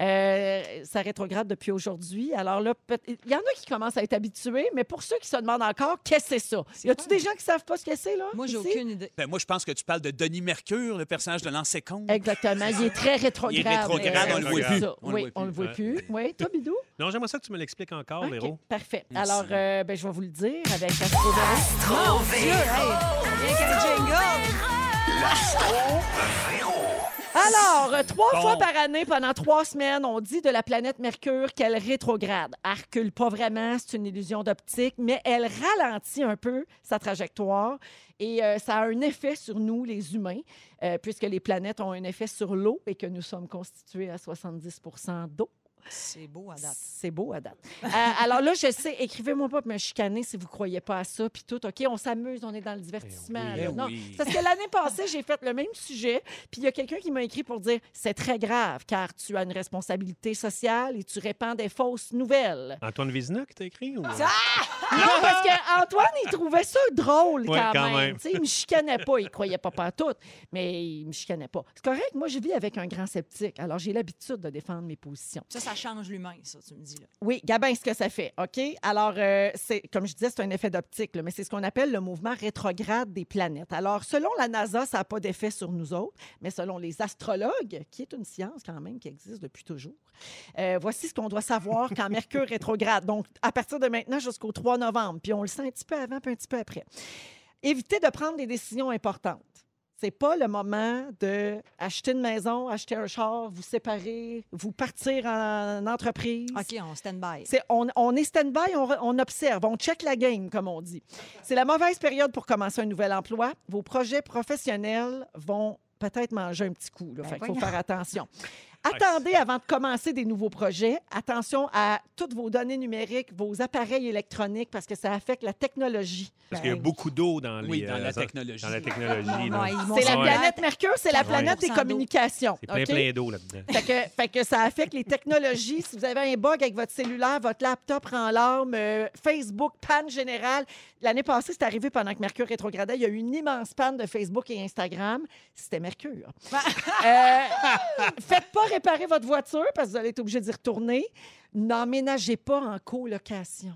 S1: Euh, ça rétrograde depuis aujourd'hui. Alors là, peut- il y en a qui commencent à être habitués, mais pour ceux qui se demandent encore, qu'est-ce que c'est ça?
S4: C'est
S1: Y a-tu
S4: quoi?
S1: des gens qui savent pas ce que c'est, là?
S4: Moi, j'ai
S1: ici?
S4: aucune idée.
S3: Ben, moi, je pense que tu parles de Denis Mercure, le personnage de l'ancien compte.
S1: Exactement, il est très rétrograde.
S3: rétrograde,
S6: on le voit
S1: c'est
S6: plus.
S1: ça.
S3: On le
S1: oui,
S3: voit
S1: on
S3: plus.
S1: le voit
S6: Ouais.
S1: plus. Oui, toi, Bidou?
S6: Non, j'aimerais ça que tu me l'expliques encore,
S1: OK,
S6: Véro.
S1: Parfait.
S3: Merci.
S1: Alors, euh, ben, je vais vous le dire avec Astro Véro.
S4: Mon Dieu, hey! Rien qu'un jingle!
S1: Alors, euh, trois
S3: Bon.
S1: fois par année, pendant trois semaines, on dit de la planète Mercure qu'elle rétrograde. Elle recule pas vraiment, c'est une illusion d'optique, mais elle ralentit un peu sa trajectoire et euh, ça a un effet sur nous, les humains, euh, puisque les planètes ont un effet sur l'eau et que nous sommes constitués à 70 d'eau.
S4: C'est beau à date.
S1: C'est beau à date. Euh, alors là, je sais, écrivez-moi pas pour me chicaner si vous croyez pas à ça, puis tout, OK, on s'amuse, on est dans le divertissement.
S6: oui,
S1: là.
S3: eh
S1: Non,
S3: oui.
S1: c'est parce que l'année passée, j'ai fait le même sujet, puis il y a quelqu'un qui m'a écrit pour dire « C'est très grave, car tu as une responsabilité sociale et tu répands des fausses nouvelles.
S6: Antoine Vézina qui t'a écrit? Ou...
S1: Non, parce qu'Antoine, il trouvait ça drôle quand,
S6: Ouais, quand
S1: même.
S6: même.
S1: Tu sais, il me chicanait pas, il croyait pas pantoute, mais il me chicanait pas. C'est correct, moi, je vis avec un grand sceptique, alors j'ai l'habitude de défendre mes positions.
S4: Ça, ça change l'humain, ça, tu me dis. Là.
S1: Oui, Gabin, ce que ça fait, OK? Alors, euh, c'est, comme je disais, c'est un effet d'optique, là, mais c'est ce qu'on appelle le mouvement rétrograde des planètes. Alors, selon la NASA, ça n'a pas d'effet sur nous autres, mais selon les astrologues, qui est une science quand même qui existe depuis toujours, euh, voici ce qu'on doit savoir quand Mercure rétrograde. Donc, à partir de maintenant jusqu'au 3 novembre, puis on le sent un petit peu avant, puis un petit peu après. Évitez de prendre des décisions importantes. C'est pas le moment de acheter une maison, acheter un char, vous séparer, vous partir en entreprise.
S4: OK, on stand-by.
S1: C'est- on, on est stand-by, on, re- on observe, on check la game, comme on dit. C'est la mauvaise période pour commencer un nouvel emploi. Vos projets professionnels vont peut-être manger un petit coup. Là. Fait qu'il faut faire attention. Attendez avant de commencer des nouveaux projets. Attention à toutes vos données numériques, vos appareils électroniques, parce que ça affecte la technologie. Ben,
S6: Parce qu'il y a beaucoup d'eau dans les,
S3: Oui, dans la
S6: euh,
S3: technologie.
S6: Dans la technologie. là.
S4: ben, Ouais, ils vont
S1: C'est la
S6: Ouais.
S1: planète Mercure, c'est la
S4: 40%
S1: planète des
S4: d'eau.
S1: communications.
S6: C'est plein,
S1: OK?
S6: plein d'eau là-dedans.
S1: Fait que, fait que ça affecte les technologies. Si vous avez un bug avec votre cellulaire, votre laptop rend l'arme, euh, Facebook, panne générale. L'année passée, c'est arrivé pendant que Mercure rétrogradait. Il y a eu une immense panne de Facebook et Instagram. C'était Mercure. Euh, faites pas réparer votre voiture parce que vous allez être obligé d'y retourner. N'emménagez pas en colocation.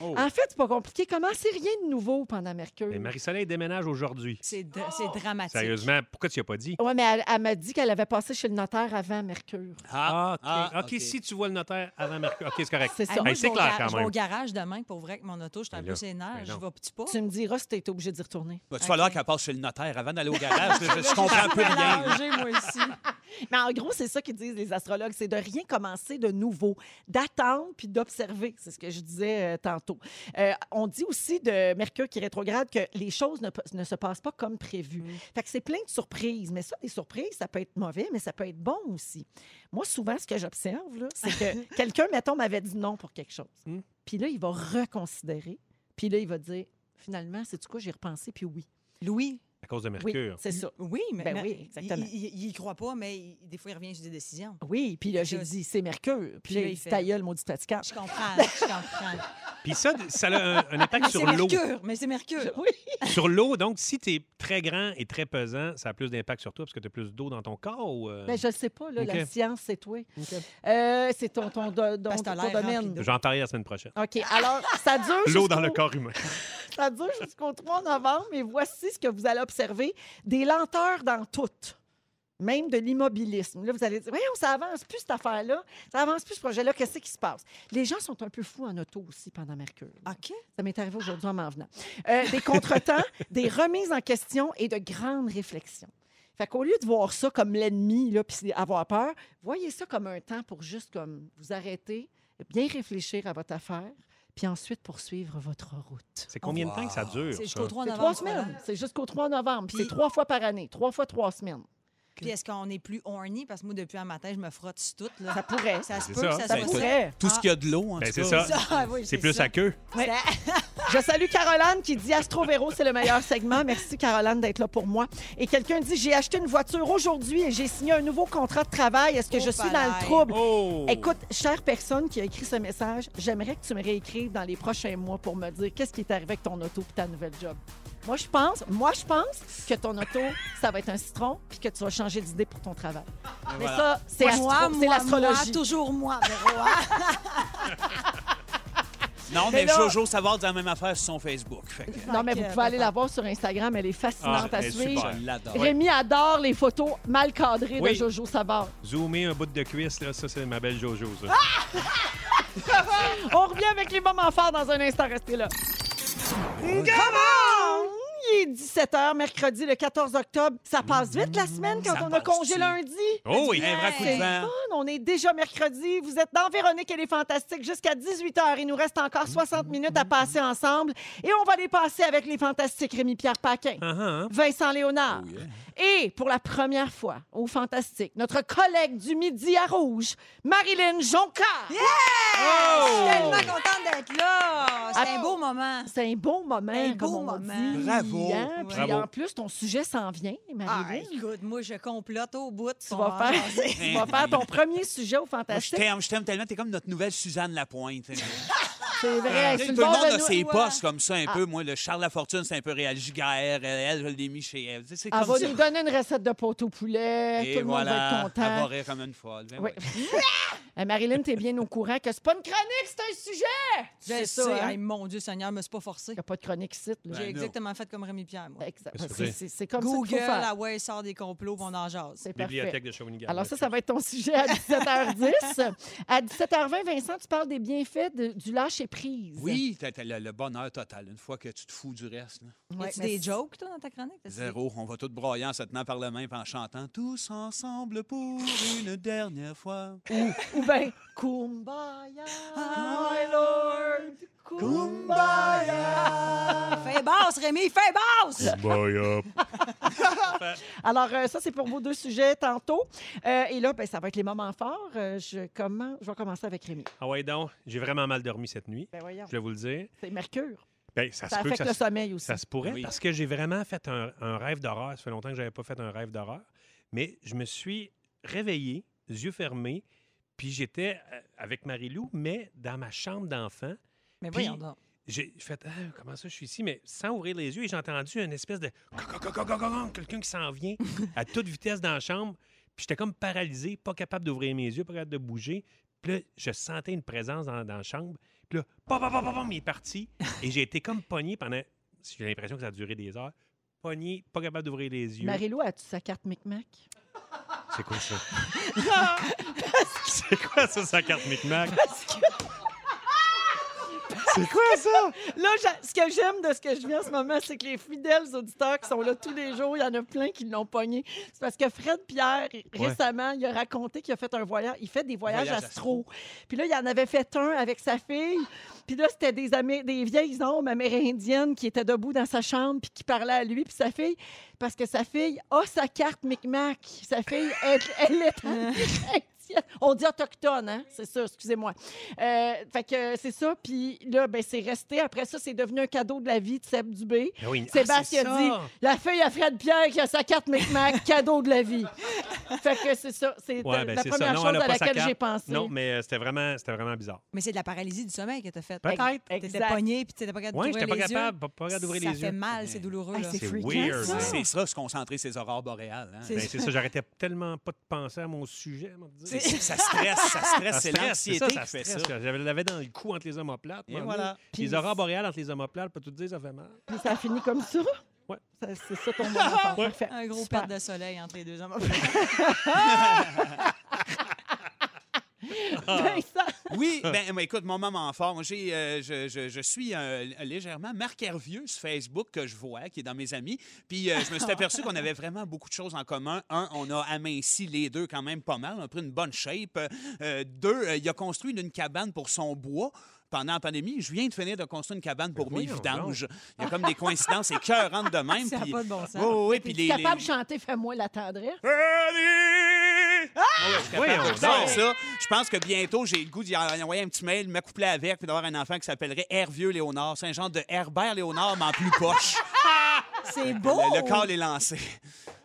S3: Oh.
S1: En fait, c'est pas compliqué. Commencez rien de nouveau pendant Mercure.
S6: Mais Marie-Soleil déménage aujourd'hui.
S4: C'est dra- c'est dramatique.
S6: Sérieusement, pourquoi tu n'y as pas dit?
S1: Oui, mais elle, elle m'a dit qu'elle avait passé chez le notaire avant Mercure.
S6: Ah, OK.
S3: ah,
S6: OK, si tu vois le notaire avant Mercure. OK, c'est correct.
S1: C'est
S4: Hey,
S1: ça.
S4: moi,
S6: Hey,
S4: je
S6: c'est
S4: vais au
S6: clair,
S4: ga-
S6: quand
S4: Je vais au
S6: même.
S4: garage demain pour vrai que mon auto, je suis un
S6: Mais
S4: peu
S6: là,
S4: sénère.
S6: mais
S4: Je
S6: non.
S4: vais-tu pas?
S1: Tu me diras si tu es obligé d'y retourner.
S3: Va-tu
S4: Ok.
S3: falloir qu'elle passe chez le notaire avant d'aller au garage? je, je- je comprends plus rien.
S1: Ah.
S4: Mélangé, moi aussi.
S1: Mais en gros, c'est ça qu'ils disent les astrologues, c'est de rien commencer de nouveau, d'attendre puis d'observer. C'est ce que je disais euh, tantôt. Euh, on dit aussi de Mercure qui rétrograde que les choses ne, pa- ne se passent pas comme prévu. Fait que c'est plein de surprises. Mais ça, des surprises, ça peut être mauvais, mais ça peut être bon aussi. Moi, souvent, ce que j'observe, là, c'est que quelqu'un, mettons, m'avait dit non pour quelque chose.
S6: Mm.
S1: Puis là, il va reconsidérer. Puis là, il va dire, finalement, c'est du coup, j'y ai repensé, puis oui.
S4: Louis.
S6: À cause de
S1: Oui,
S6: Mercure.
S1: c'est ça.
S4: Oui, mais,
S1: Ben
S4: mais
S1: oui, exactement.
S4: Il, il- il y croit pas, mais il- des fois, il revient sur des décisions.
S1: Oui, puis là, j'ai
S4: Là,
S1: dit, c'est Mercure. Puis
S4: là,
S1: là,
S4: il
S1: il dit,
S4: fait-
S1: ta gueule, maudit fatigant.
S4: Je comprends, je comprends.
S6: Puis ça, ça a un, un impact
S4: Ah, Mais
S6: sur
S4: c'est
S6: l'eau.
S4: Mercure, mais c'est Mercure.
S1: Oui.
S6: Sur l'eau, donc, si tu es très grand et très pesant, ça a plus d'impact sur toi parce que tu as plus d'eau dans ton corps. ou, euh,
S1: Ben, je ne sais pas, là, la
S6: OK.
S1: science, c'est toi.
S6: OK.
S1: Euh, c'est ton, ton, do- don-
S4: Parce que t'as
S1: ton
S4: l'air rempli
S1: domaine.
S4: d'eau.
S6: J'en parlerai la semaine prochaine.
S1: OK, alors, ça dure
S6: L'eau dans le
S1: jusqu'au-
S6: corps humain.
S1: Ça dure jusqu'au 3 novembre, et voici ce que vous allez observer. Des lenteurs dans toutes, même de l'immobilisme. Là, vous allez dire, voyons, ça avance plus cette affaire-là, ça avance plus ce projet-là, qu'est-ce qui se passe? Les gens sont un peu fous en auto aussi pendant Mercure.
S4: OK.
S1: Ça m'est arrivé aujourd'hui en m'en venant. Euh, des contretemps, des remises en question et de grandes réflexions. Fait qu'au lieu de voir ça comme l'ennemi, là, puis avoir peur, voyez ça comme un temps pour juste comme vous arrêter, bien réfléchir à votre affaire, puis ensuite poursuivre votre route.
S6: C'est combien de temps que ça dure?
S4: C'est
S6: ça?
S4: jusqu'au 3
S1: C'est
S4: novembre.
S1: trois
S4: voilà.
S1: semaines. C'est jusqu'au 3 novembre. Puis
S4: Puis-
S1: c'est trois fois par année. Trois fois trois semaines.
S4: Puis est-ce qu'on est plus horny? Parce que moi, depuis un matin, je me frotte sur tout. Là.
S1: Ça pourrait. Ça,
S4: Ça se
S6: Ben, C'est
S4: peut
S6: ça,
S4: que ça,
S6: ça
S4: soit
S3: pourrait.
S1: pourrait.
S3: Tout ce qu'il y a de l'eau, en
S6: Ben,
S3: tout
S6: c'est
S3: cas.
S6: ça.
S4: Ah oui,
S6: C'est plus à queue.
S1: Je salue Caroline qui dit Astro Véro, c'est le meilleur segment. Merci Caroline d'être là pour moi. Et quelqu'un dit J'ai acheté une voiture aujourd'hui et j'ai signé un nouveau contrat de travail. Est-ce que
S4: Oh,
S1: je suis dans
S4: palais.
S1: le trouble?
S6: Oh!
S1: Écoute, chère personne qui a écrit ce message, j'aimerais que tu me réécrives dans les prochains mois pour me dire qu'est-ce qui est arrivé avec ton auto et ta nouvelle job. Moi, je pense, moi, je pense que ton auto, ça va être un citron puis que tu vas changer d'idée pour ton travail. Mais
S3: voilà.
S1: ça, c'est
S4: Moi,
S1: astro-
S4: moi,
S1: c'est
S4: moi,
S1: l'astrologie.
S4: moi, toujours moi, Véro, hein?
S3: Non, mais,
S1: Mais là-
S3: Jojo Savard dit la même affaire sur son Facebook. Fait que
S1: Non, mais vous
S4: Fait que,
S1: pouvez aller
S4: papa.
S1: la voir sur Instagram. Elle est fascinante
S6: Ah,
S1: à
S6: elle est
S1: suivre.
S6: super.
S3: je l'adore.
S1: Rémi adore les photos mal cadrées de
S6: Oui.
S1: Jojo Savard.
S6: Zoomer un bout de cuisse, là, ça, c'est ma belle Jojo, ça.
S1: Ah! On revient avec les moments forts dans un instant. Restez là. Come on! Il est 17h, mercredi le 14 octobre. Ça passe vite la semaine quand
S3: Ça
S1: on a
S3: passe
S1: congé
S3: vite.
S1: lundi.
S6: Oh oui!
S3: Un vrai coup de
S4: C'est
S3: vent.
S1: On est déjà mercredi. Vous êtes dans Véronique et les Fantastiques jusqu'à 18h. Il nous reste encore
S3: Mm,
S1: 60 minutes à passer ensemble. Et on va les passer avec les Fantastiques Rémi-Pierre Paquin.
S6: Ah, ah, ah.
S1: Vincent Léonard.
S3: hein. Oh, yeah.
S1: Et pour la première fois au Fantastique, notre collègue du Midi à Rouge, Marilyn Jonca.
S4: Je suis tellement
S6: Oh!
S4: contente d'être là. C'est un beau moment.
S1: C'est un beau moment,
S4: Un
S1: comme
S4: beau
S1: on
S4: moment.
S1: dit,
S3: Bravo.
S1: hein? Puis
S6: Bravo.
S1: en plus, ton sujet s'en vient,
S4: Ah,
S1: Marilyn.
S4: écoute, moi, je complote au bout.
S1: tu, vas faire, tu vas faire ton premier sujet au
S3: Ah, Je
S1: Fantastique.
S3: t'aime, je t'aime tellement. T'es comme notre nouvelle Suzanne Lapointe.
S1: C'est
S3: Ah,
S1: vrai.
S3: tu sais,
S1: c'est
S3: tout
S1: une Ah.
S3: le
S1: bande
S3: monde
S1: de
S3: a
S1: nous-
S3: ses
S4: ouais.
S3: postes comme ça un peu. Moi, le Charles Lafortune, c'est un peu réel. Giguère, elle, elle, je l'ai mis chez elle. Tu sais, C'est
S1: Elle
S3: comme
S1: va
S3: ça.
S1: nous donner une recette de pot au poulet.
S3: Et
S1: Tout le monde
S3: voilà,
S1: va être
S3: Elle va
S1: content.
S3: rire comme une folle. Ben
S1: Oui.
S3: oui.
S1: Euh, Marilyn, tu es bien au courant que c'est pas une chronique, c'est un sujet.
S4: Je
S1: C'est
S4: sais,
S1: ça, hein?
S4: hey, mon Dieu Seigneur, me suis pas forcé.
S1: Il n'y a pas de chronique site. là.
S3: Ben
S4: J'ai
S3: non.
S4: exactement fait comme Rémi Pierre, moi.
S1: Exact.
S2: Qu'est-ce que
S1: C'est-
S2: c'est?
S1: C'est c'est comme ça
S4: Google,
S1: qu'il faut faire.
S4: ah ouais, il sort des complots, puis on en jase.
S1: C'est parfait.
S6: Bibliothèque de Shawinigan.
S1: Alors ça, ça va être ton sujet à 17h10. à 17h20, Vincent, tu parles des bienfaits de- du lâcher-prise.
S3: Oui, t'as- t'as le, le bonheur total, une fois que tu te fous du reste. là.
S4: Y a-tu
S1: mais
S4: des
S1: c'est-
S4: jokes, toi, dans ta chronique? Parce que-
S3: Zéro, on va tout broyer en se tenant par la main et en chantant Tous ensemble pour une dernière fois.
S1: Ou bien, Kumbaya, my lord, Kumbaya.
S4: Fais basse, Rémi, fais basse!
S1: Alors, euh, ça, c'est pour vos deux sujets tantôt. Euh, et là, ben, ça va être les moments forts. Euh, je, comment... je vais commencer avec Rémi.
S6: Ah ouais, donc, j'ai vraiment mal dormi cette nuit.
S1: Ben voyons,
S6: Je vais vous le dire.
S1: c'est Mercure.
S6: Ben, ça,
S1: Ça
S6: se peut que
S1: affecte
S6: ça
S1: le
S6: se-
S1: sommeil aussi.
S6: Ça se pourrait,
S3: Oui.
S6: parce que j'ai vraiment fait un, un rêve d'horreur. Ça fait longtemps que je n'avais pas fait un rêve d'horreur. Mais je me suis réveillé, yeux fermés, puis j'étais euh, avec Marie-Lou, mais dans ma chambre d'enfant.
S4: Mais
S6: Puis-
S4: voyons donc.
S6: J'ai fait Ah, comment ça, je suis ici, mais sans ouvrir les yeux, et j'ai entendu une espèce de Gong, gong, gong, gong, gong, gong quelqu'un qui s'en vient à toute vitesse dans la chambre. Puis j'étais comme paralysé, pas capable d'ouvrir mes yeux, pas capable de bouger. Puis là, je sentais une présence dans, dans la chambre. Puis là, pom, pom, pom, pom, pom, il est parti. Et j'ai été comme pogné pendant, j'ai l'impression que ça a duré des heures, pogné, pas capable d'ouvrir les yeux.
S1: Marie-Lou, as-tu sa carte Micmac?
S6: C'est quoi ça? C'est quoi ça, sa carte Micmac?
S1: C'est quoi ça? Là, j'a- ce que j'aime de ce que je vis en ce moment, c'est que les fidèles auditeurs qui sont là tous les jours, il y en a plein qui l'ont pogné. C'est parce que Fred Pierre, récemment, il a raconté qu'il a fait un voyage. Il fait des voyages
S3: Voyage
S1: astro. Puis là, il en avait fait un avec sa fille. Puis là, c'était des, Amé- des vieilles hommes amérindiennes qui étaient debout dans sa chambre puis qui parlaient à lui puis sa fille. Parce que sa fille a sa carte Micmac. Sa fille, elle, elle est amérindienne. On dit autochtone, hein? C'est ça, excusez-moi. Euh, fait que euh, c'est ça. Puis là, ben, c'est resté. Après ça, c'est devenu un cadeau de la vie de Seb Dubé.
S6: Ben oui, ah, c'est
S1: Sébastien
S6: ça!
S1: dit La fille à Fred Pierre qui a sa carte Micmac, cadeau de la vie. fait que c'est ça. C'est
S6: Ouais, ben,
S1: la
S6: c'est ça.
S1: première
S6: Non,
S1: chose
S6: elle a
S1: à
S6: pas sa
S1: laquelle j'ai
S6: carte.
S1: pensé.
S6: Non, mais euh, c'était vraiment, c'était vraiment bizarre.
S4: Mais c'est de la paralysie du sommeil que t'as faite.
S1: Peut-être.
S4: T'étais
S1: Exact.
S4: pogné, puis t'étais pas capable
S6: Oui,
S4: d'ouvrir
S6: j'étais pas
S4: les
S6: capable, pas, pas
S4: yeux.
S6: capable d'ouvrir
S4: ça
S6: les
S4: fait
S6: yeux.
S4: mal, c'est douloureux.
S1: Hey,
S4: là.
S1: c'est
S6: C'est
S1: freakant,
S6: weird,
S1: ça.
S6: hein?
S3: C'est ça, se concentrer ses aurores boréales. hein.
S6: Ben, c'est ça, j'arrêtais tellement pas de penser à mon sujet. moi, de dire.
S3: C'est- Ça stresse, ça stresse,
S6: Ça
S3: c'est
S6: stresse,
S3: l'anxiété
S6: ça, ça
S3: qui fait ça.
S6: stresse, là. J'avais l'avais dans le cou entre les omoplates.
S3: Et
S6: mon Dieu.
S3: voilà.
S6: Puis les
S1: Puis-
S6: aurores boréales entre les omoplates, pas tout dire, ça fait mal.
S1: Puis ça a fini comme ça.
S6: Ouais.
S1: Ça- C'est ça ton moment fort. Parfait.
S4: Un gros
S1: Super.
S4: perte de soleil entre les deux hommes.
S6: Ah.
S1: Vincent,
S3: Oui, ben, ben, écoute, mon moment fort, moi, j'ai, euh, je, je- je suis euh, légèrement Marc Hervieux sur Facebook que je vois, qui est dans mes amis. Puis euh, je me suis aperçu qu'on avait vraiment beaucoup de choses en commun. Un, on a aminci les deux quand même pas mal. On a pris une bonne shape. Euh, deux, euh, il a construit une cabane pour son bois. Pendant la pandémie, je viens de finir de construire une
S4: Ben
S3: cabane pour mes
S6: voyons
S3: vidanges. Il y a comme des coïncidences écœurantes de même.
S4: Ça n'a
S3: puis-
S4: pas de bon
S3: Oui,
S4: sens.
S3: oui, oui, puis
S1: t'es
S3: les-
S1: capable
S3: les-
S1: de chanter Fais-moi la tendresse?
S3: Allez! Ouais, je suis capable
S6: Voyons
S3: de faire
S6: donc.
S3: ça. Je pense que bientôt, j'ai le goût d'y envoyer un petit mail, me coupler avec, puis d'avoir un enfant qui s'appellerait Hervieux Léonard. C'est un genre de Herbert Léonard, mais en plus poche.
S4: C'est beau!
S3: Le, le call est lancé.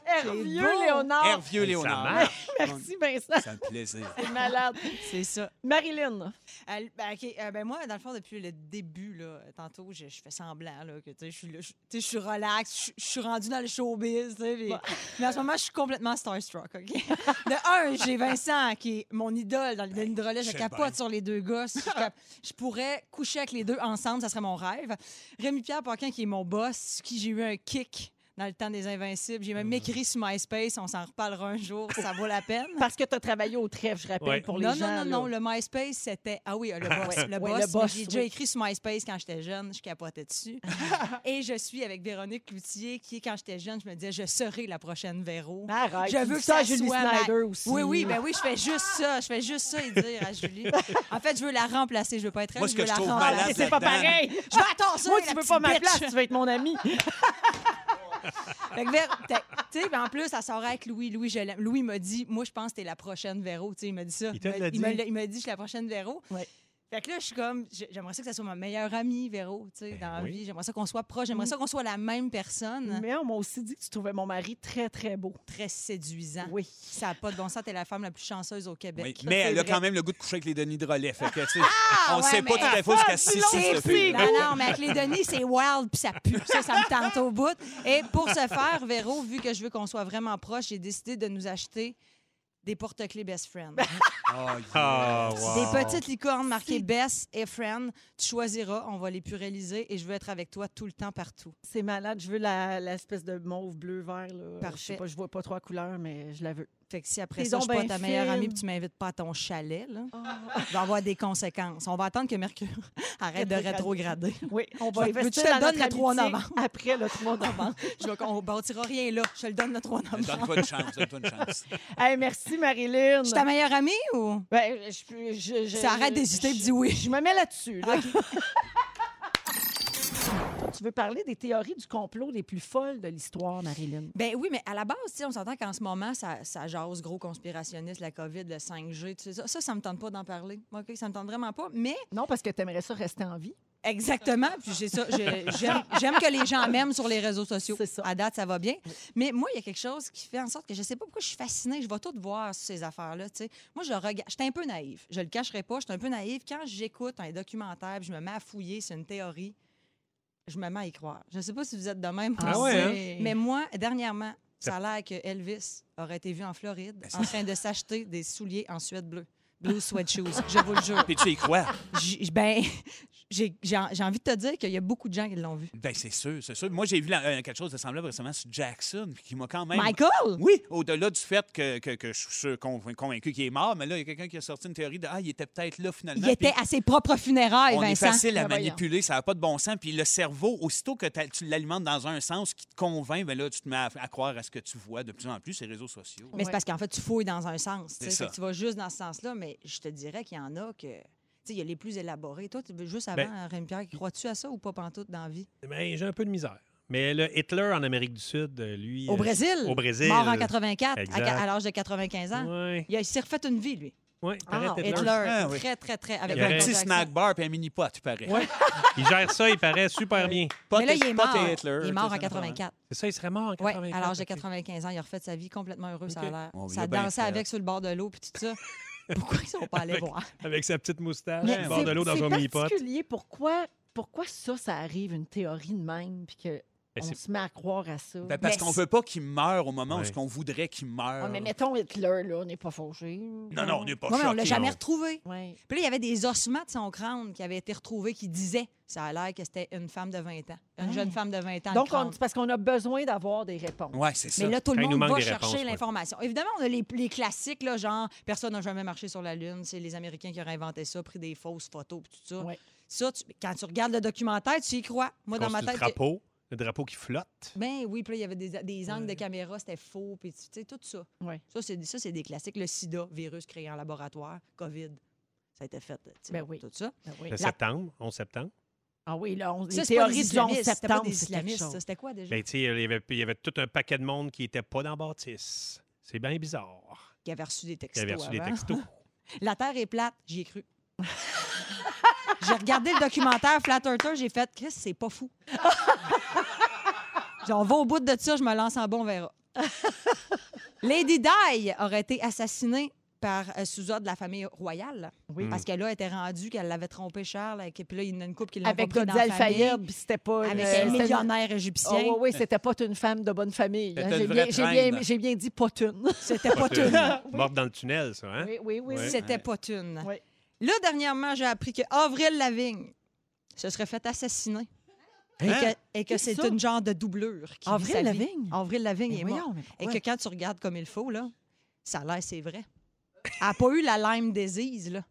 S1: Hervieux,
S4: beau.
S1: Léonard.
S3: Hervieux
S6: Ça
S3: Léonard.
S6: marche.
S1: Merci, Vincent.
S3: C'est un plaisir.
S1: T'es malade.
S4: C'est ça.
S1: Marilyn.
S4: Elle- ben, OK, euh, ben, moi, dans le fond, depuis le début, là, tantôt, je, je fais semblant là, que tu sais, je suis là, je- tu sais, je suis relax, je, je suis rendue dans le showbiz. tu sais, puis-
S1: Ouais.
S4: Mais en ce moment, je suis complètement starstruck. OK? De un, j'ai Vincent, qui est mon idole dans le domaine hydrologie. Je
S3: je sais
S4: capote
S3: bien.
S4: sur les deux gars. Si je, cap- je pourrais coucher avec les deux ensemble, ça serait mon rêve. Rémi-Pierre Paquin, qui est mon boss, sur qui j'ai eu un kick dans le temps des Invincibles. J'ai même écrit sur MySpace, on s'en reparlera un jour, ça vaut la peine.
S1: Parce que tu as travaillé au trèfle, je rappelle,
S6: Ouais.
S1: pour les
S4: Non,
S1: gens.
S4: non,
S1: là.
S4: non, non, le MySpace, c'était. Ah oui, le boss.
S1: Ouais,
S4: le
S1: ouais,
S4: boss.
S1: le boss,
S4: J'ai
S1: oui.
S4: déjà écrit sur MySpace quand j'étais jeune, je capotais dessus. Et je suis avec Véronique Cloutier, qui, quand j'étais jeune, je me disais, je serai la prochaine Véro.
S1: Mais Arrête,
S4: Je
S1: tu
S4: veux
S1: dis
S4: que
S1: ça, à
S4: ça
S1: Julie
S4: soit ma-
S1: Snyder aussi.
S4: Oui, oui, ben oui, je fais juste ça. Je fais juste ça et dire à Julie. En fait, je veux la remplacer. Je veux pas être elle,
S3: Moi, ce
S4: je
S3: que
S4: veux
S3: je
S4: la
S3: trouve
S4: remplacer.
S3: malade,
S1: Ah, C'est pas
S3: là-dedans.
S1: pareil.
S4: Je vais attendre ça.
S1: Moi,
S4: la
S1: tu veux
S4: petite
S1: pas ma
S4: bitch.
S1: place, tu veux être mon ami.
S4: Fait que Véro- t'as- tu sais, ben en plus, ça sort avec Louis. Louis, je l'aime. Louis m'a dit, moi, je pense que t'es la prochaine Véro. Tu sais, il m'a dit ça.
S6: Il te
S4: me-
S6: l'a dit?
S4: me l'a- il m'a dit, je suis la prochaine Véro.
S1: Ouais.
S4: Fait que là, je suis comme, je- j'aimerais ça que ça soit ma meilleure amie, Véro, tu sais,
S6: Ben
S4: dans la
S6: oui.
S4: vie. J'aimerais ça qu'on soit proche. J'aimerais ça qu'on soit la même personne.
S1: Mais on m'a aussi dit que tu trouvais mon mari très, très beau.
S4: Très séduisant.
S1: Oui.
S4: Ça n'a pas de bon sens. T'es la femme la plus chanceuse au Québec.
S3: Oui, Mais elle a
S1: vrai.
S3: quand même le goût de coucher avec les Denis Drolet. Fait que, tu sais, on
S4: ouais,
S3: sait pas
S4: mais-
S3: tout à fait jusqu'à
S1: c'est
S3: 6
S1: long,
S3: ce
S1: c'est
S3: film.
S1: long.
S4: Non, non, mais avec les Denis, c'est wild, puis ça pue. Ça, ça me tente au bout. Et pour ce faire, Véro, vu que je veux qu'on soit vraiment proche, j'ai décidé de nous acheter Des porte-clés best friend.
S3: Ah, yes.
S6: Ah, wow.
S4: Des petites licornes marquées Bess et Friend. Tu choisiras, on va les puréliser et je veux être avec toi tout le temps, partout.
S1: C'est malade. Je veux la- l'espèce de mauve, bleu, vert. Là. Je
S4: Parfait.
S1: sais pas, je vois pas trois couleurs, mais je la veux.
S4: Fait que si après
S1: T'es
S4: ça, je
S1: donc
S4: suis pas
S1: ben
S4: ta meilleure amie
S1: fine.
S4: puis tu m'invites pas à ton chalet, là,
S1: Oh.
S4: je vais avoir des conséquences. On va attendre que Mercure arrête de
S1: Rétrograde.
S4: rétrograder.
S1: Oui, on
S4: Je
S1: va
S4: vais- veux-tu
S1: investir
S4: te
S1: dans
S4: le donne
S1: notre
S4: le 3
S1: amitié
S4: novembre?
S1: Après le 3 novembre.
S4: Je vais- on bâtira rien là. Je te le donne le 3 novembre.
S3: Donne-toi une chance, donne-toi une chance.
S1: Hey, merci, Marilyn.
S4: Je suis ta meilleure amie ou?
S1: Ben, je, je, je-
S4: Ça arrête
S1: je-
S4: d'hésiter et
S1: je-
S4: dis oui.
S1: Je me mets là-dessus. là. tu veux parler des théories du complot les plus folles de l'histoire, Marilyn?
S4: Ben oui, mais à la base, tu sais, on s'entend qu'en ce moment, ça, ça jase gros conspirationniste, la COVID, le 5G, tout ça. Ça, ça me tente pas d'en parler. OK, ça me tente vraiment pas. Mais
S1: Non, parce que tu aimerais ça rester en vie.
S4: Exactement. Puis j'ai ça. j'ai- J'aime j'aime que les gens m'aiment sur les réseaux sociaux.
S1: C'est ça.
S4: À date, ça va bien. Mais moi, il y a quelque chose qui fait en sorte que je sais pas pourquoi je suis fascinée. Je vais tout voir sur ces affaires-là. tu sais. Moi, je regarde. J'étais un peu naïve. Je le cacherai pas. J'étais un peu naïve. Quand j'écoute un documentaire, puis je me mets à fouiller, c'est une théorie. Je me mets à y croire. Je sais pas si vous êtes de même.
S6: Ah ouais, hein?
S4: Mais moi, dernièrement, ça a l'air que Elvis aurait été vu en
S6: Ben,
S4: Floride en train de s'acheter des souliers en suède bleue. Blue sweat shoes, je vous le jure.
S3: Puis tu y crois.
S4: J- ben, j'ai j'ai en- j'ai envie de te dire qu'il y a beaucoup de gens qui l'ont vu.
S3: Ben c'est sûr, c'est sûr. Moi, j'ai vu la- euh, quelque chose de semblable récemment sur Jackson, puis qui m'a quand même...
S4: Michael!
S3: Oui, au-delà du fait que, que, que je suis sûr, conv- convaincu qu'il est mort, mais là, il y a quelqu'un qui a sorti une théorie de Ah, il était peut-être là finalement.
S4: Il était
S3: Puis
S4: à ses propres funérailles,
S3: on est
S4: Vincent. Ah,
S3: facile à
S1: Ben voyons.
S3: manipuler, ça n'a pas de bon sens. Puis le cerveau, aussitôt que t'as- tu l'alimentes dans un sens qui te convainc, ben là, tu te mets à, à croire à ce que tu vois de plus en plus, ces réseaux sociaux.
S4: Mais c'est
S1: Ouais.
S4: parce qu'en fait, tu fouilles dans un sens. tu
S3: C'est
S4: sais.
S3: ça.
S4: Fait que tu vas juste dans ce sens-là, mais je te dirais qu'il y en a que. Tu sais, il y a les plus élaborés. Toi, tu veux juste avant,
S6: Ben-
S4: Rémi Pierre, crois-tu à ça ou pas pantoute dans la vie?
S6: Ben, j'ai un peu de misère. Mais là, Hitler en Amérique du Sud, euh, lui.
S4: Au
S6: euh,
S4: Brésil?
S6: Au Brésil.
S4: Mort en 84, à-
S6: Exact.
S4: à, l'âge de 95 ans.
S6: Ouais,
S4: Il, a- il s'est refait une vie, lui.
S6: ouais, paraît
S1: Ah,
S6: Hitler.
S4: Hitler,
S3: Ah, oui.
S4: très, très, très. Avec
S3: Il y avait un
S4: Michael
S3: petit
S4: Jackson.
S3: snack bar puis un mini pot, tu parais.
S6: Ouais. Il gère ça, il paraît super bien.
S3: Pot
S4: Mais là,
S3: et-
S4: il est
S3: pot et
S4: mort.
S3: Hitler,
S4: il est
S3: tu
S4: mort
S3: sais, ça,
S4: en
S3: ça,
S4: 84.
S6: C'est ça, il serait mort en
S4: Oui,
S6: 84.
S4: à l'âge de
S6: ok.
S4: 95 ans, il a refait sa vie complètement heureux, ça a
S6: OK.
S4: l'air.
S3: On
S4: ça
S3: l'a bien
S4: dansait
S3: fait.
S4: avec sur le bord de l'eau, puis tout ça. Pourquoi ils sont pas allés
S6: Avec-
S4: voir?
S6: Avec sa petite moustache,
S3: Mais
S6: au bord de l'eau dans
S1: c'est
S6: son mini-pot.
S1: particulier. Pourquoi, pourquoi ça, ça arrive, une théorie de même, puis que
S6: Ben,
S1: on
S6: c'est-
S1: se met à croire à ça?
S3: Ben, parce
S4: Mais
S3: qu'on
S4: c'est-
S3: veut pas qu'il meure au moment où
S6: Ouais.
S3: ce qu'on voudrait qu'il meure.
S1: Ouais, mais mettons Hitler, là, on n'est pas fauché.
S3: Non, non, on n'est pas
S4: Ouais, mais on l'a
S3: choqués.
S4: jamais retrouvé.
S1: Ouais.
S4: Puis là, il y avait des ossements de son crâne qui avaient été retrouvés qui disaient ça a l'air que c'était une femme de 20 ans. Une
S1: Hein?
S4: jeune femme de 20 ans. le
S1: Donc, on-
S4: crâne.
S1: c'est parce qu'on a besoin d'avoir des réponses.
S3: Ouais, c'est ça.
S4: Mais là, tout
S6: Quand
S4: le
S6: il nous
S4: monde
S6: manque
S4: va
S6: des
S4: chercher
S6: réponses, ouais.
S4: l'information. Évidemment, on a les, les classiques, là, genre personne n'a jamais marché sur la Lune, c'est les Américains qui auraient inventé ça, pris des fausses photos, puis tout ça.
S1: Ouais.
S4: Ça, tu- quand tu regardes le documentaire, tu y crois. Moi, dans ma
S6: Construit
S4: tête,
S6: le drapeau, le drapeau qui flotte.
S4: Ben oui, puis là, il y avait des, des angles
S6: Ouais.
S4: de caméra, c'était faux, puis tu sais, tout ça.
S1: Ouais.
S4: Ça, c'est des- ça, c'est des classiques. Le sida, virus créé en laboratoire, COVID, ça a été fait, tu sais,
S1: Ben oui.
S4: tout ça.
S1: Ah oui.
S6: Le septembre, 11 septembre.
S1: Ah oui, là, on,
S4: Ça,
S1: les
S4: c'est pas des
S1: théories du 11
S4: islamistes, c'était pas
S1: septembre,
S4: des
S1: c'est quelque
S4: islamistes, ça.
S1: chose.
S4: C'était quoi déjà?
S6: Ben, tu sais, il y avait- il y avait tout un paquet de monde qui n'était pas dans Baptiste. C'est bien bizarre.
S4: Qui avait reçu des
S6: Il
S4: textos
S6: avait reçu des
S4: avant.
S6: textos.
S4: La Terre est plate, j'y ai cru. j'ai regardé le documentaire Flat Earther, j'ai fait, Chris, c'est pas fou. Genre, on va au bout de ça, je me lance en bon, on verra. Lady Di aurait été assassinée par euh, sous ordre de la famille royale.
S6: Mm.
S1: Oui.
S4: Parce que là, elle était rendue qu'elle l'avait trompé Charles. et que- Puis là, il y en a une couple qui l'a
S1: Avec
S4: compris
S1: Godzilla
S4: dans la famille.
S1: Al-Fayed, puis c'était pas... une-
S4: Avec
S1: c'était
S4: un
S1: une-
S4: millionnaire
S1: Oh,
S4: égyptien.
S1: oui, oui, c'était pas une femme de bonne famille. hein.
S3: C'était une
S1: J'ai bien,
S3: vraie
S1: j'ai bien-
S3: traîne.
S1: j'ai bien dit pas une.
S4: C'était pas
S6: Morte
S4: une.
S6: dans le tunnel, ça, hein?
S1: Oui, oui, oui.
S6: Ouais.
S4: C'était pas une.
S1: Ouais.
S4: Là, dernièrement, j'ai appris que Avril Lavigne se serait fait assassiner. Et
S3: Hein?
S4: que, et que
S1: Qui
S4: c'est
S1: ça?
S4: une genre de doublure. Qui vit
S1: Avril
S4: sa vie.
S1: Lavigne?
S4: Avril Lavigne
S1: Ah, Mais
S4: est morte.
S1: voyons, mais
S4: Et
S1: pourquoi?
S4: que quand tu regardes comme il faut, là, ça a l'air, c'est vrai. Elle n'a pas eu la Lyme disease, là.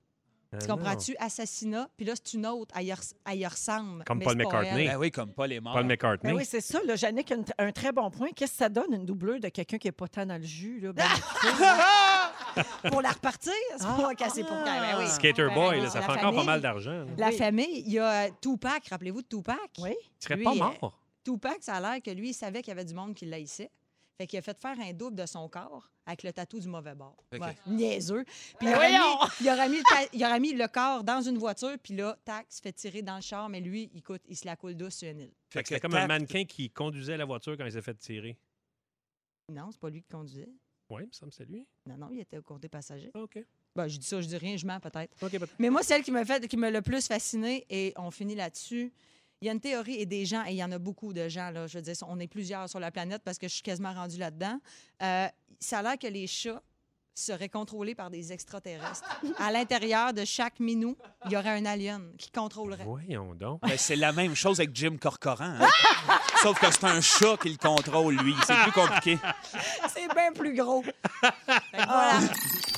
S6: Ah,
S4: Tu
S6: non.
S4: comprends-tu? Assassinat, puis là, c'est une autre. Elle y res- elle y ressemble.
S6: Comme
S4: mais
S6: Paul
S4: c'est pas
S6: McCartney.
S4: elle.
S3: Ben oui, comme pas les morts.
S4: Ah.
S6: Paul
S1: Ben
S6: McCartney.
S1: oui, c'est ça. Là, Yannick a une- un très bon point. Qu'est-ce que ça donne, une doublure de quelqu'un qui est pas tant dans le jus? Là, ben,
S4: pour la repartir, c'est
S1: Ah.
S4: pas casser pour ben oui.
S6: Skater Boy, là,
S4: La
S6: ça fait encore pas
S4: famille.
S6: mal d'argent. hein. là.
S4: La
S1: Oui.
S4: famille, il y a euh, Tupac, rappelez-vous de Tupac.
S1: oui.
S6: Il serait
S4: Lui,
S6: pas
S4: euh,
S6: mort.
S4: Tupac, ça a l'air que lui, il savait qu'il y avait du monde qui l'haïssait. Fait qu'il a fait faire un double de son corps avec le tatou du mauvais bord.
S3: OK.
S4: Ouais, niaiseux. Puis il
S1: Ben
S4: aurait,
S1: voyons!
S4: mis, il, aurait mis le ta- il aurait mis le corps dans une voiture, puis là, tac, il se fait tirer dans le char, mais lui, il, coûte, il se la coule douce sur une île.
S6: Fait que c'était comme
S3: tac,
S6: un mannequin qui conduisait la voiture quand il s'est fait tirer.
S4: Non, c'est pas lui qui conduisait.
S6: Oui, il me semble que c'est lui.
S4: Non, non, il était au compté passager.
S6: Ah, OK.
S4: Ben, je dis ça, je dis rien, je mens peut-être.
S6: OK, peut-être.
S4: Mais moi, celle qui m'a fait, qui m'a le plus fascinée, et on finit là-dessus. Il y a une théorie et des gens, et il y en a beaucoup de gens, là, je veux dire, on est plusieurs sur la planète parce que je suis quasiment rendue là-dedans. Euh, ça a l'air que les chats serait contrôlé par des extraterrestres. À l'intérieur de chaque minou, il y aurait un alien qui contrôlerait.
S6: Voyons donc.
S3: Ben, c'est la même chose avec Jim Corcoran. hein. Sauf que c'est un chat qui le contrôle, lui. C'est plus compliqué.
S4: C'est bien plus gros. Fait que voilà.
S1: Ah!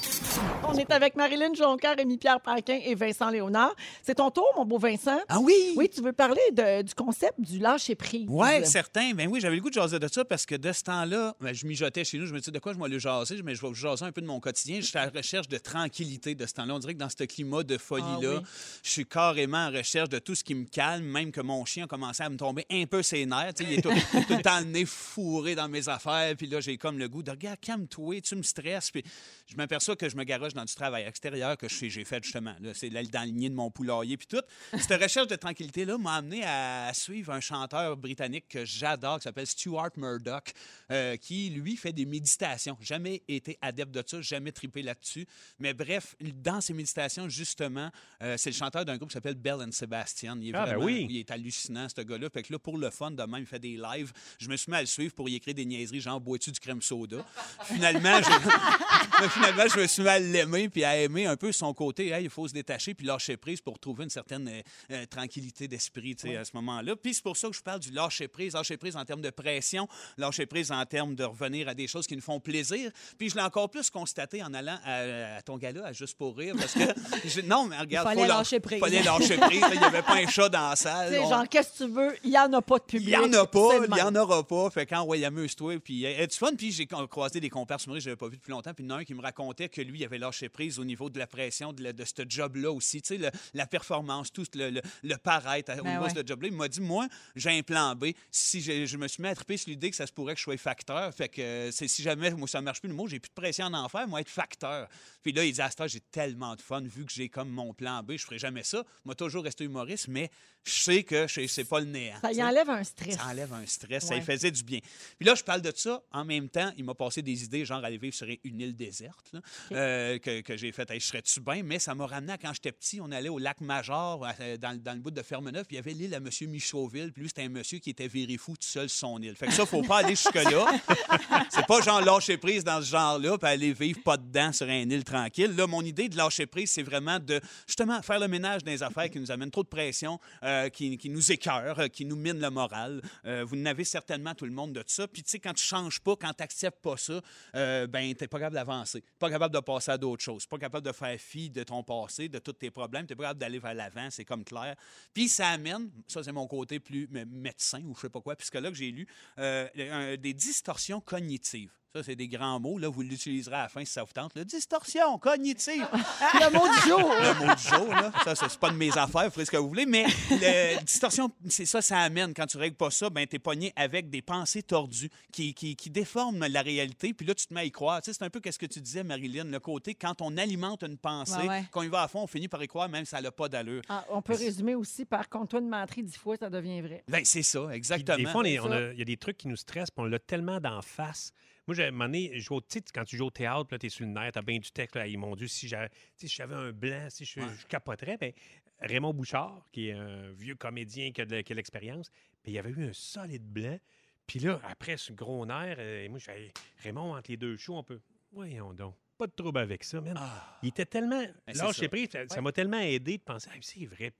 S1: On est avec Marilyn Joncar, Rémi-Pierre Paquin et Vincent Léonard. C'est ton tour, mon beau Vincent.
S3: Ah oui!
S1: Oui, tu veux parler de- du concept du lâcher-prise.
S3: Oui, certain. Ben oui, j'avais le goût de jaser de ça parce que de ce temps-là, ben, je mijotais chez nous. Je me disais, de quoi je vais le jaser? Mais je vais jaser un peu de mon quotidien. Je suis à la recherche de tranquillité de ce temps-là. On dirait que dans ce climat de folie-là,
S4: Ah oui.
S3: je suis carrément en recherche de tout ce qui me calme, même que mon chien a commencé à me tomber un peu ses nerfs. Tu sais, il est tout, tout le temps le nez fourré dans mes affaires. Puis là, j'ai comme le goût de, regarde, calme-toi, tu me stresses. Puis je m'aperçois que je me garoche dans du travail extérieur que je sais- j'ai fait justement. là. C'est là, dans le nid de mon poulailler puis tout. Cette recherche de tranquillité-là m'a amené à suivre un chanteur britannique que j'adore qui s'appelle Stuart Murdoch, euh, qui, lui, fait des méditations. Jamais été adepte de ça, jamais trippé là-dessus. Mais bref, dans ses méditations, justement, euh, c'est le chanteur d'un groupe qui s'appelle Bell and Sebastian. Il est
S6: Ah, ben
S3: vraiment-
S6: oui.
S3: il est hallucinant, ce gars-là. Fait que là, pour le fun, demain, il fait des lives. Je me suis mis à le suivre pour y écrire des niaiseries, genre bois-tu du crème soda. Finalement, je... mais finalement, je me suis mis à l'aimer puis à aimer un peu son côté. Hey, il faut se détacher puis lâcher prise pour trouver une certaine euh, euh, tranquillité d'esprit tu sais, à ce moment-là. Puis c'est pour ça que je parle du lâcher prise. Lâcher prise en termes de pression, lâcher prise en termes de revenir à des choses qui nous font plaisir. Puis je l'ai encore plus constaté en allant à, à ton gala, à Juste pour rire, parce que. je- Non, mais regarde,
S4: fallait
S3: faut lâ-
S4: lâcher prise.
S3: fallait lâcher prise. là, Il n'y avait pas un chat dans la salle.
S1: Tu sais,
S3: On-
S1: genre, qu'est-ce que tu veux? Il n'y en a pas de
S3: il
S1: public.
S3: n'y en a pas,
S1: C'est le
S3: il n'y
S1: même.
S3: en aura pas. Fait quand, ouais, amuse-toi. Puis, euh, es-tu fun? Puis, j'ai con- croisé des compères sur que je n'avais pas vu depuis longtemps. Puis, il y en a un qui me racontait que lui, il avait lâché prise au niveau de la pression de, la- de ce job-là aussi. Tu sais, le- la performance, tout le, le- le paraître euh, au
S4: Ben
S3: niveau de
S4: ouais.
S3: ce job-là. Il m'a dit, moi, j'ai un plan B. Si je, je me suis mis à triper sur l'idée que ça se pourrait que je sois facteur. Fait que euh, c'est- si jamais moi, ça ne marche plus le mot, j'ai plus de pression en enfer, moi, être facteur. Puis là, il dit, à cette heure, j'ai tellement de fun vu que j'ai comme mon plan B. Je ferai jamais ça. Moi, toujours resté humoriste, mais je sais que je- c'est pas le néant.
S1: Ça
S3: tu sais.
S1: y enlève un stress.
S3: Ça enlève un stress, ça
S4: Ouais.
S3: lui faisait du bien. Puis là, je parle de ça. En même temps, il m'a passé des idées, genre aller vivre sur une île déserte, là, euh, que, que j'ai fait. Hey, je serais-tu bien? Mais ça m'a ramené à quand j'étais petit, on allait au lac Major, euh, dans, le- dans le bout de Fermeneuve, puis il y avait l'île à M. Michauville. Puis lui, c'était un monsieur qui était viré fou tout seul sur son île. Fait que ça, faut pas aller jusque-là. C'est pas genre lâcher prise dans ce genre-là, puis aller vivre pas dedans sur un île tranquille. Là, mon idée de lâcher prise, c'est vraiment de justement faire le ménage dans les affaires qui nous amènent trop de pression, euh, qui, qui nous écœurent, euh, qui nous minent le moral. Euh, vous n'avez certainement tout le monde de ça. Puis tu sais, quand tu changes pas, quand tu n'acceptes pas ça, euh, ben t'es pas capable d'avancer, pas capable de passer à d'autres choses, pas capable de faire fi de ton passé, de tous tes problèmes, t'es pas capable d'aller vers l'avant, c'est comme clair. Puis ça amène, ça c'est mon côté plus mé- médecin ou je sais pas quoi, psychologue, j'ai lu, euh, le- un- des distorsions cognitives. Ça, c'est des grands mots. Là, vous l'utiliserez à la fin si ça vous tente. Le distorsion cognitive.
S1: Le mot du jour.
S3: le mot du jour, là. Ça, ça, c'est pas de mes affaires, vous ferez ce que vous voulez, mais la distorsion, c'est ça, ça amène. Quand tu règles pas ça, ben, t'es pogné avec des pensées tordues qui, qui, qui déforment la réalité, puis là, tu te mets à y croire. Tu sais, c'est un peu qu'est-ce que tu disais, Marilyn, le côté, quand on alimente une pensée,
S4: Ouais, ouais.
S3: quand on y va à fond, on finit par y croire, même si ça n'a pas d'allure.
S1: Ah, on peut résumer aussi par contre, toi, une menterie dix fois, ça devient vrai.
S3: Ben, c'est ça,
S6: Puis
S3: exactement.
S6: Des fois, on est-
S1: C'est
S6: on a- il y a des trucs qui nous stressent, puis on l'a tellement d'en face. Moi, j'ai un moment donné, je joue au titre, quand tu joues au théâtre, puis là, t'es sur le nerf, t'as bien du texte, là, Hey, mon Dieu, si j'avais, tu sais, si j'avais un blanc, si je,
S3: Ouais.
S6: je capoterais, ben, Raymond Bouchard, qui est un vieux comédien qui a de, qui a de l'expérience, ben, il avait eu un solide blanc, puis là, après, ce gros nerf, euh, et moi, je fais, Hey, Raymond, entre les deux shows, on peut, voyons donc, pas de trouble avec ça, man.
S3: Ah.
S6: Il était tellement,
S3: c'est
S6: là,
S3: ça.
S6: j'ai pris, ça ça m'a tellement aidé de penser, Ah, c'est vrai,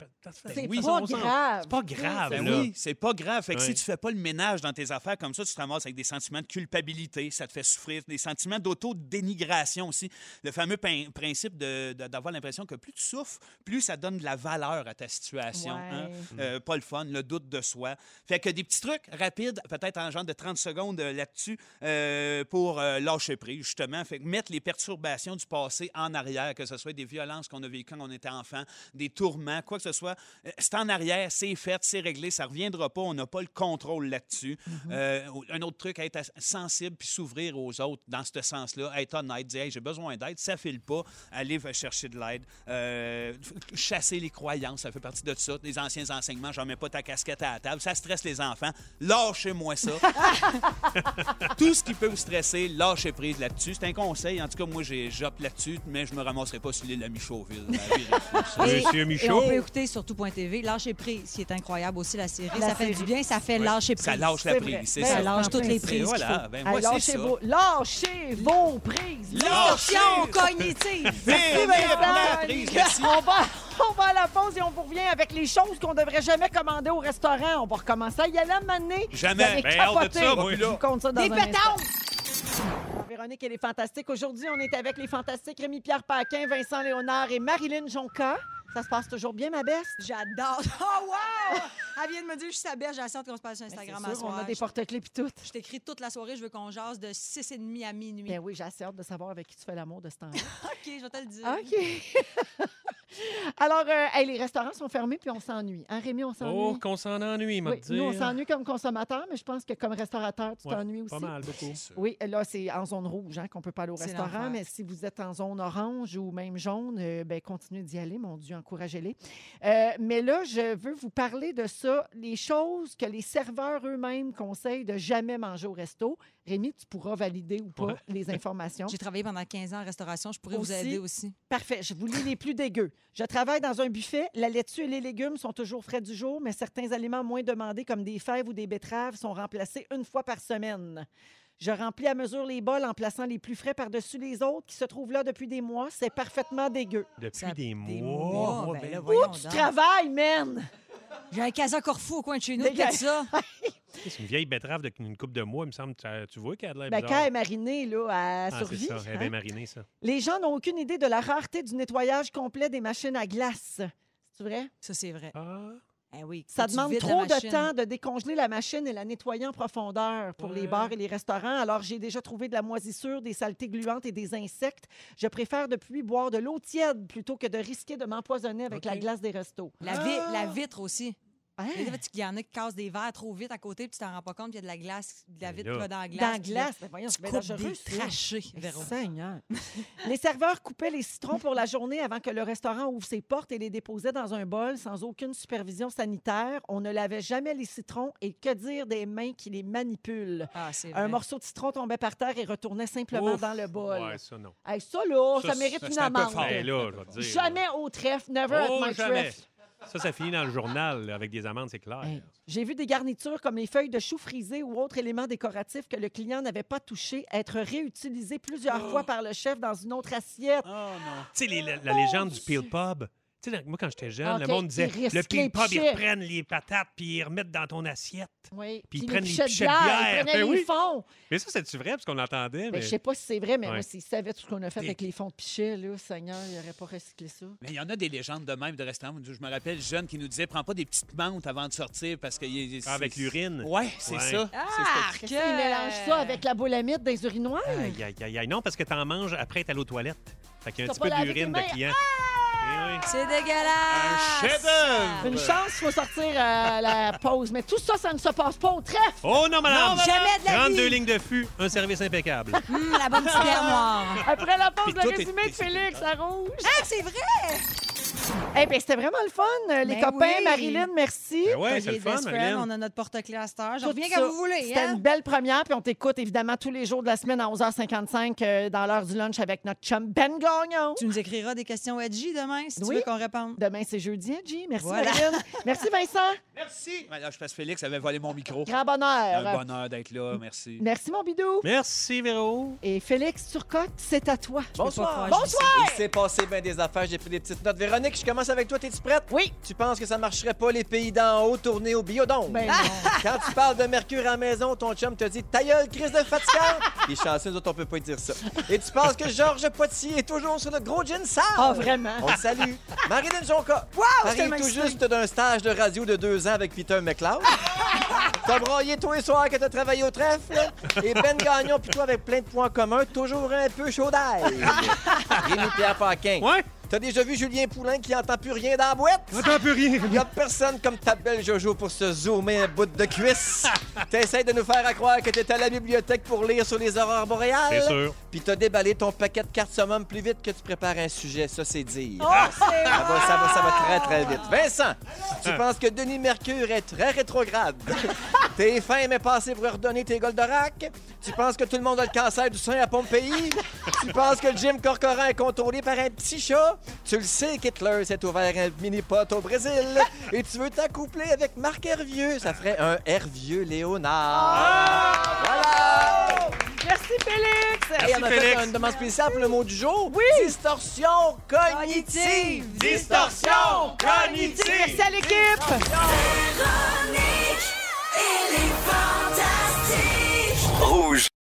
S1: C'est
S6: oui,
S1: pas
S6: on s'en-
S1: grave.
S6: C'est pas grave,
S3: Ben
S6: là.
S3: oui, c'est pas grave. Fait que si
S6: Ouais.
S3: tu fais pas le ménage dans tes affaires comme ça, tu te ramasses avec des sentiments de culpabilité, ça te fait souffrir, des sentiments d'auto-dénigration aussi. Le fameux pin- principe de- de- d'avoir l'impression que plus tu souffres, plus ça donne de la valeur à ta situation. hein.
S1: Ouais.
S3: Euh, pas le fun, le doute de soi. Fait que des petits trucs rapides, peut-être en genre de 30 secondes euh, là-dessus, euh, pour euh, lâcher prise, justement. Fait que mettre les perturbations du passé en arrière, que ce soit des violences qu'on a vécues quand on était enfant, des tourments, quoi que ce soit. Euh, C'est en arrière, c'est fait, c'est réglé, ça reviendra pas, on n'a pas le contrôle là-dessus. Euh, un autre truc, être as- sensible puis s'ouvrir aux autres dans ce sens-là, être honnête, dire Hey, j'ai besoin d'aide, ça file pas, aller va- chercher de l'aide, Euh, f- chasser les croyances, ça fait partie de ça. Les anciens enseignements, j'en mets pas ta casquette à la table, ça stresse les enfants, lâchez-moi ça. Tout ce qui peut vous stresser, lâchez prise là-dessus. C'est un conseil, en tout cas, moi, moi, j'ai- j'opte là-dessus, mais je me ramasserai pas sur l'île de Michauville. Ben
S4: Et-
S6: Monsieur
S4: Et on
S6: Michaud.
S4: peut écouter sur tout.tv. Lâcher prise, qui est incroyable aussi, la série.
S1: La
S4: ça fait
S1: série.
S4: du bien, ça fait
S3: Ouais.
S4: lâcher prise.
S3: ça lâche la
S1: c'est vrai.
S3: prise, c'est
S1: Ben,
S4: Ça
S3: ça.
S4: lâche toutes les
S3: Et
S4: prises.
S3: Voilà, ben moi,
S1: Alors,
S3: c'est
S1: chez
S3: ça.
S1: vos, lâchez vos prises.
S4: Distorsion cognitive.
S3: Vive,
S1: Merci,
S3: vive la
S1: Vincent.
S3: prise, merci.
S1: On va, on va à la pause et on vous revient avec les choses qu'on devrait jamais commander au restaurant. On va recommencer à y aller à un moment donné.
S3: Jamais.
S1: Vous allez
S6: Ben, hâte de
S1: capoter.
S6: ça, moi.
S1: Je vous compte ça dans
S4: Des
S1: un instant.
S4: pétanques!
S1: Véronique, elle est fantastique. Aujourd'hui, on est avec les fantastiques Rémi-Pierre Paquin, Vincent Léonard et Marilyn Jonca. Ça se passe toujours bien, ma best?
S4: J'adore. Oh, wow! Elle vient de me dire, je suis sa belle, j'ai la sorte qu'on se passe sur Instagram
S1: Ben, c'est
S4: à
S1: sûr, on
S4: soir.
S1: a des porte-clés puis tout.
S4: Je t'écris toute la soirée, je veux qu'on jase de 6h30 à minuit.
S1: Ben oui, j'ai assez hâte de savoir avec qui tu fais l'amour de ce temps-là.
S4: OK, je vais te le dire.
S1: OK. Alors, euh, hey, les restaurants sont fermés puis on s'ennuie. Hein, Rémi, on s'ennuie?
S6: Oh, qu'on s'en ennuie, m'a
S1: Oui,
S6: dit.
S1: nous, on s'ennuie comme consommateur, mais je pense que comme restaurateur, tu
S6: Ouais,
S1: t'ennuies aussi.
S6: Pas mal, beaucoup.
S1: Oui, là, c'est en zone rouge hein, qu'on peut pas aller au
S4: C'est
S1: restaurant,
S4: l'enfer.
S1: mais si vous êtes en zone orange ou même jaune, euh, ben, continuez d'y aller, mon Dieu, encouragez-les. Euh, mais là, je veux vous parler de ça, les choses que les serveurs eux-mêmes conseillent de jamais manger au resto. Rémi, tu pourras valider ou pas
S6: Ouais.
S1: les informations.
S4: J'ai travaillé pendant 15 ans en restauration, je pourrais
S1: Aussi.
S4: vous aider aussi.
S1: Parfait, je vous lis les plus dégueux. Je travaille dans un buffet. La laitue et les légumes sont toujours frais du jour, mais certains aliments moins demandés, comme des fèves ou des betteraves, sont remplacés une fois par semaine. Je remplis à mesure les bols en plaçant les plus frais par-dessus les autres qui se trouvent là depuis des mois. C'est parfaitement dégueu.
S6: Depuis
S4: Ça-
S6: des mois.
S4: mois,
S6: moi,
S4: ben
S6: ben
S4: là,
S6: là,
S4: voyons
S1: Tu
S4: donc.
S1: travailles, man!
S4: J'ai un casa Corfou au coin de chez nous,
S1: Des gars-
S4: peut-être ça.
S6: c'est une vieille betterave d'une coupe de mois, il me semble. Tu tu vois qu'elle a de
S1: Ben,
S6: l'air
S1: quand elle est
S6: bizarre.
S1: marinée, là, elle
S6: Eh Ah, c'est
S1: survit.
S6: ça, elle est
S1: hein?
S6: bien marinée, ça.
S1: Les gens n'ont aucune idée de la rareté du nettoyage complet des machines à glace. C'est vrai?
S4: Ça, c'est vrai.
S6: Ah,
S4: Eh oui,
S1: Ça
S4: faut que tu
S1: demande
S4: vides la
S1: trop de
S4: machine.
S1: temps de décongeler la machine et la nettoyer en profondeur pour les
S6: Ouais.
S1: bars et les restaurants. Alors, j'ai déjà trouvé de la moisissure, des saletés gluantes et des insectes. Je préfère depuis boire de l'eau tiède plutôt que de risquer de m'empoisonner avec la
S6: Ok.
S1: glace des restos.
S4: La, vi-
S1: Ah!
S4: la vitre aussi.
S1: Hein?
S4: Il y en a qui- il y en a qui cassent des verres trop vite à côté, puis tu t'en rends pas compte, puis il y a de la glace, de la
S6: Mais
S4: vitre
S6: là-
S4: qui va dans la
S1: Dans
S4: glace.
S1: la
S4: puis là,
S1: glace, ben voyons, c'est
S4: Tu
S1: bien
S4: coupes
S1: dangereux.
S4: des
S1: ça.
S4: trachées, Véro.
S1: Seigneur. les serveurs coupaient les citrons pour la journée avant que le restaurant ouvre ses portes et les déposaient dans un bol sans aucune supervision sanitaire. On ne lavait jamais les citrons et que dire des mains qui les manipulent.
S4: Ah, c'est vrai.
S1: Un morceau de citron tombait par terre et retournait simplement
S6: Ouf.
S1: dans le bol.
S6: ouais, ça, non.
S1: Hey, ça, là, ça,
S3: Ça,
S1: mérite
S3: c'est
S1: une
S3: un peu
S1: amende.
S3: fort.
S6: Ben là, je vais te dire.
S1: Jamais au trèfle, never
S6: Oh,
S1: at my
S6: jamais.
S1: trèfle.
S6: Ça, ça finit dans le journal là, avec des amendes, c'est clair.
S1: Hey, J'ai vu des garnitures comme les feuilles de chou frisées ou autres éléments décoratifs que le client n'avait pas touchés être réutilisés plusieurs
S6: Oh.
S1: fois par le chef dans une autre assiette.
S3: Oh non.
S6: Tu sais, les- la, la légende du peel pub. Tu sais, dans- moi, quand j'étais jeune,
S1: Ah, Ok,
S6: le monde disait
S1: ils risquent
S6: le
S1: les
S6: peel pub, ils
S1: pichets.
S6: reprennent les patates puis ils remettent dans ton assiette.
S1: Oui.
S6: Puis ils
S1: les
S6: prennent les
S1: pichets de
S6: pichets de
S1: bière, ils
S6: bière.
S1: prenaient les
S6: Ben oui.
S1: fonds.
S6: Mais ça, c'est-tu vrai? Parce qu'on
S1: Ben,
S6: l'entendait. Mais...
S1: je sais pas si c'est vrai, mais
S6: Ouais.
S1: moi, s'ils savaient tout ce qu'on a fait
S6: Des-
S1: avec les fonds de pichets, là, Seigneur, ils n'auraient pas recyclé ça.
S3: Mais il y en a des légendes de même de restaurants. Je me rappelle jeune qui nous disait prends pas des petites menthes avant de sortir parce que. il- c'est-
S6: Ah, avec l'urine.
S3: Ouais, c'est
S6: Ouais.
S3: ça.
S4: Ah,
S1: Qu'est-ce qu'ils mélangent ça avec la boulamite des urinoirs?
S6: Aïe, aïe, aïe, aïe. Non, parce que t'en manges après, t'es allé aux toilettes. Fait qu'il y a un
S1: T'as
S6: petit
S1: pas
S6: peu
S1: lavé
S6: d'urine
S1: tes mains.
S6: de client. Eh oui.
S4: C'est dégueulasse!
S3: Un chef-d'œuvre!
S1: Une chance, il faut sortir à la pause. Mais tout ça, ça ne se passe pas au trèfle.
S6: Oh non, madame!
S4: jamais de la
S6: 32
S4: vie.
S6: lignes de fût, un service impeccable.
S4: Hum, la bonne petite bière noire.
S1: Après la pause,
S6: Puis
S1: le
S6: tout est-
S1: résumé de Félix à rouge.
S4: Ah, c'est vrai!
S1: Eh bien, c'était vraiment le fun, euh, les
S4: Ben
S1: copains.
S4: oui.
S1: Marilyn, merci.
S6: ben ouais, c'est
S4: Les
S6: le fun,
S4: best friends,
S6: Marilyn.
S4: On a notre porte-clés à cette heure. Je
S1: Tout
S4: reviens
S1: ça,
S4: quand vous voulez.
S1: C'était
S4: Hein?
S1: une belle première, puis on t'écoute évidemment tous les jours de la semaine à 11h55 euh, dans l'heure du lunch avec notre chum Ben Gagnon.
S4: Tu nous écriras des questions edgy demain si
S1: Oui.
S4: tu veux qu'on réponde.
S1: Demain, c'est jeudi, Angie. Merci,
S4: Voilà.
S1: Marilyn. Merci, Vincent.
S3: Merci! Là, je passe Félix avait volé mon micro.
S1: Grand bonheur.
S3: Un bonheur d'être là, merci.
S1: Merci, mon bidou.
S6: Merci, Véro.
S1: Et Félix Turcotte, c'est à toi.
S9: Bonsoir.
S4: croire que je dis ça.
S9: Il s'est passé bien des affaires, j'ai pris des petites notes. Véronique, je commence avec toi, t'es-tu prête?
S1: Oui.
S9: Tu penses que ça marcherait pas les pays d'en haut tournés au biodon?
S1: Ben non.
S9: Quand tu parles de mercure à la maison, ton chum te dit ta gueule, crise de fatigant. Les chanceux, nous autres, on peut pas dire ça. Et tu penses que Georges Potier est toujours sur notre gros jean sale.
S1: Ah, vraiment?
S9: On le salue. Marie-Hélène Jonca. Wow,
S4: c'était
S9: Arrive tout
S4: magnifique.
S9: juste d'un stage de radio de deux ans avec Peter McLeod. T'as broyé tous les soirs que t'as travaillé au trèfle. Et Ben Gagnon, puis toi, avec plein de points communs, toujours un peu chaud d'ail. Rémi-Pierre Paquin.
S6: Ouais.
S9: T'as déjà vu Julien Poulain qui entend plus rien dans la boîte?
S6: T'entends plus rien.
S9: Il a personne comme ta belle Jojo pour se zoomer un bout de cuisse. T'essayes de nous faire à croire que t'étais à la bibliothèque pour lire sur les aurores boréales.
S6: C'est sûr.
S9: Puis t'as déballé ton paquet de cartes summum plus vite que tu prépares un sujet. Ça, c'est dire.
S1: Oh,
S9: Ah,
S1: c'est
S9: Ça va, ça va, ça va très, très vite. Vincent, tu penses que Denis Mercure est très rétrograde. T'es fin, mais pas assez pour redonner tes Goldorak. Tu penses que tout le monde a le cancer du sein à Pompéi. tu penses que le Jim Corcoran est contrôlé par un petit chat. Tu le sais qu'Hitler s'est ouvert un mini-pot au Brésil. Et tu veux t'accoupler avec Marc Hervieux. Ça ferait un Hervieux
S1: Ah!
S9: Léonard. Voilà!
S1: Merci, Félix!
S9: Et on a fait une demande spéciale pour le mot du jour. Oui! Distorsion cognitive!
S1: Distorsion Merci à l'équipe!
S10: Véronique.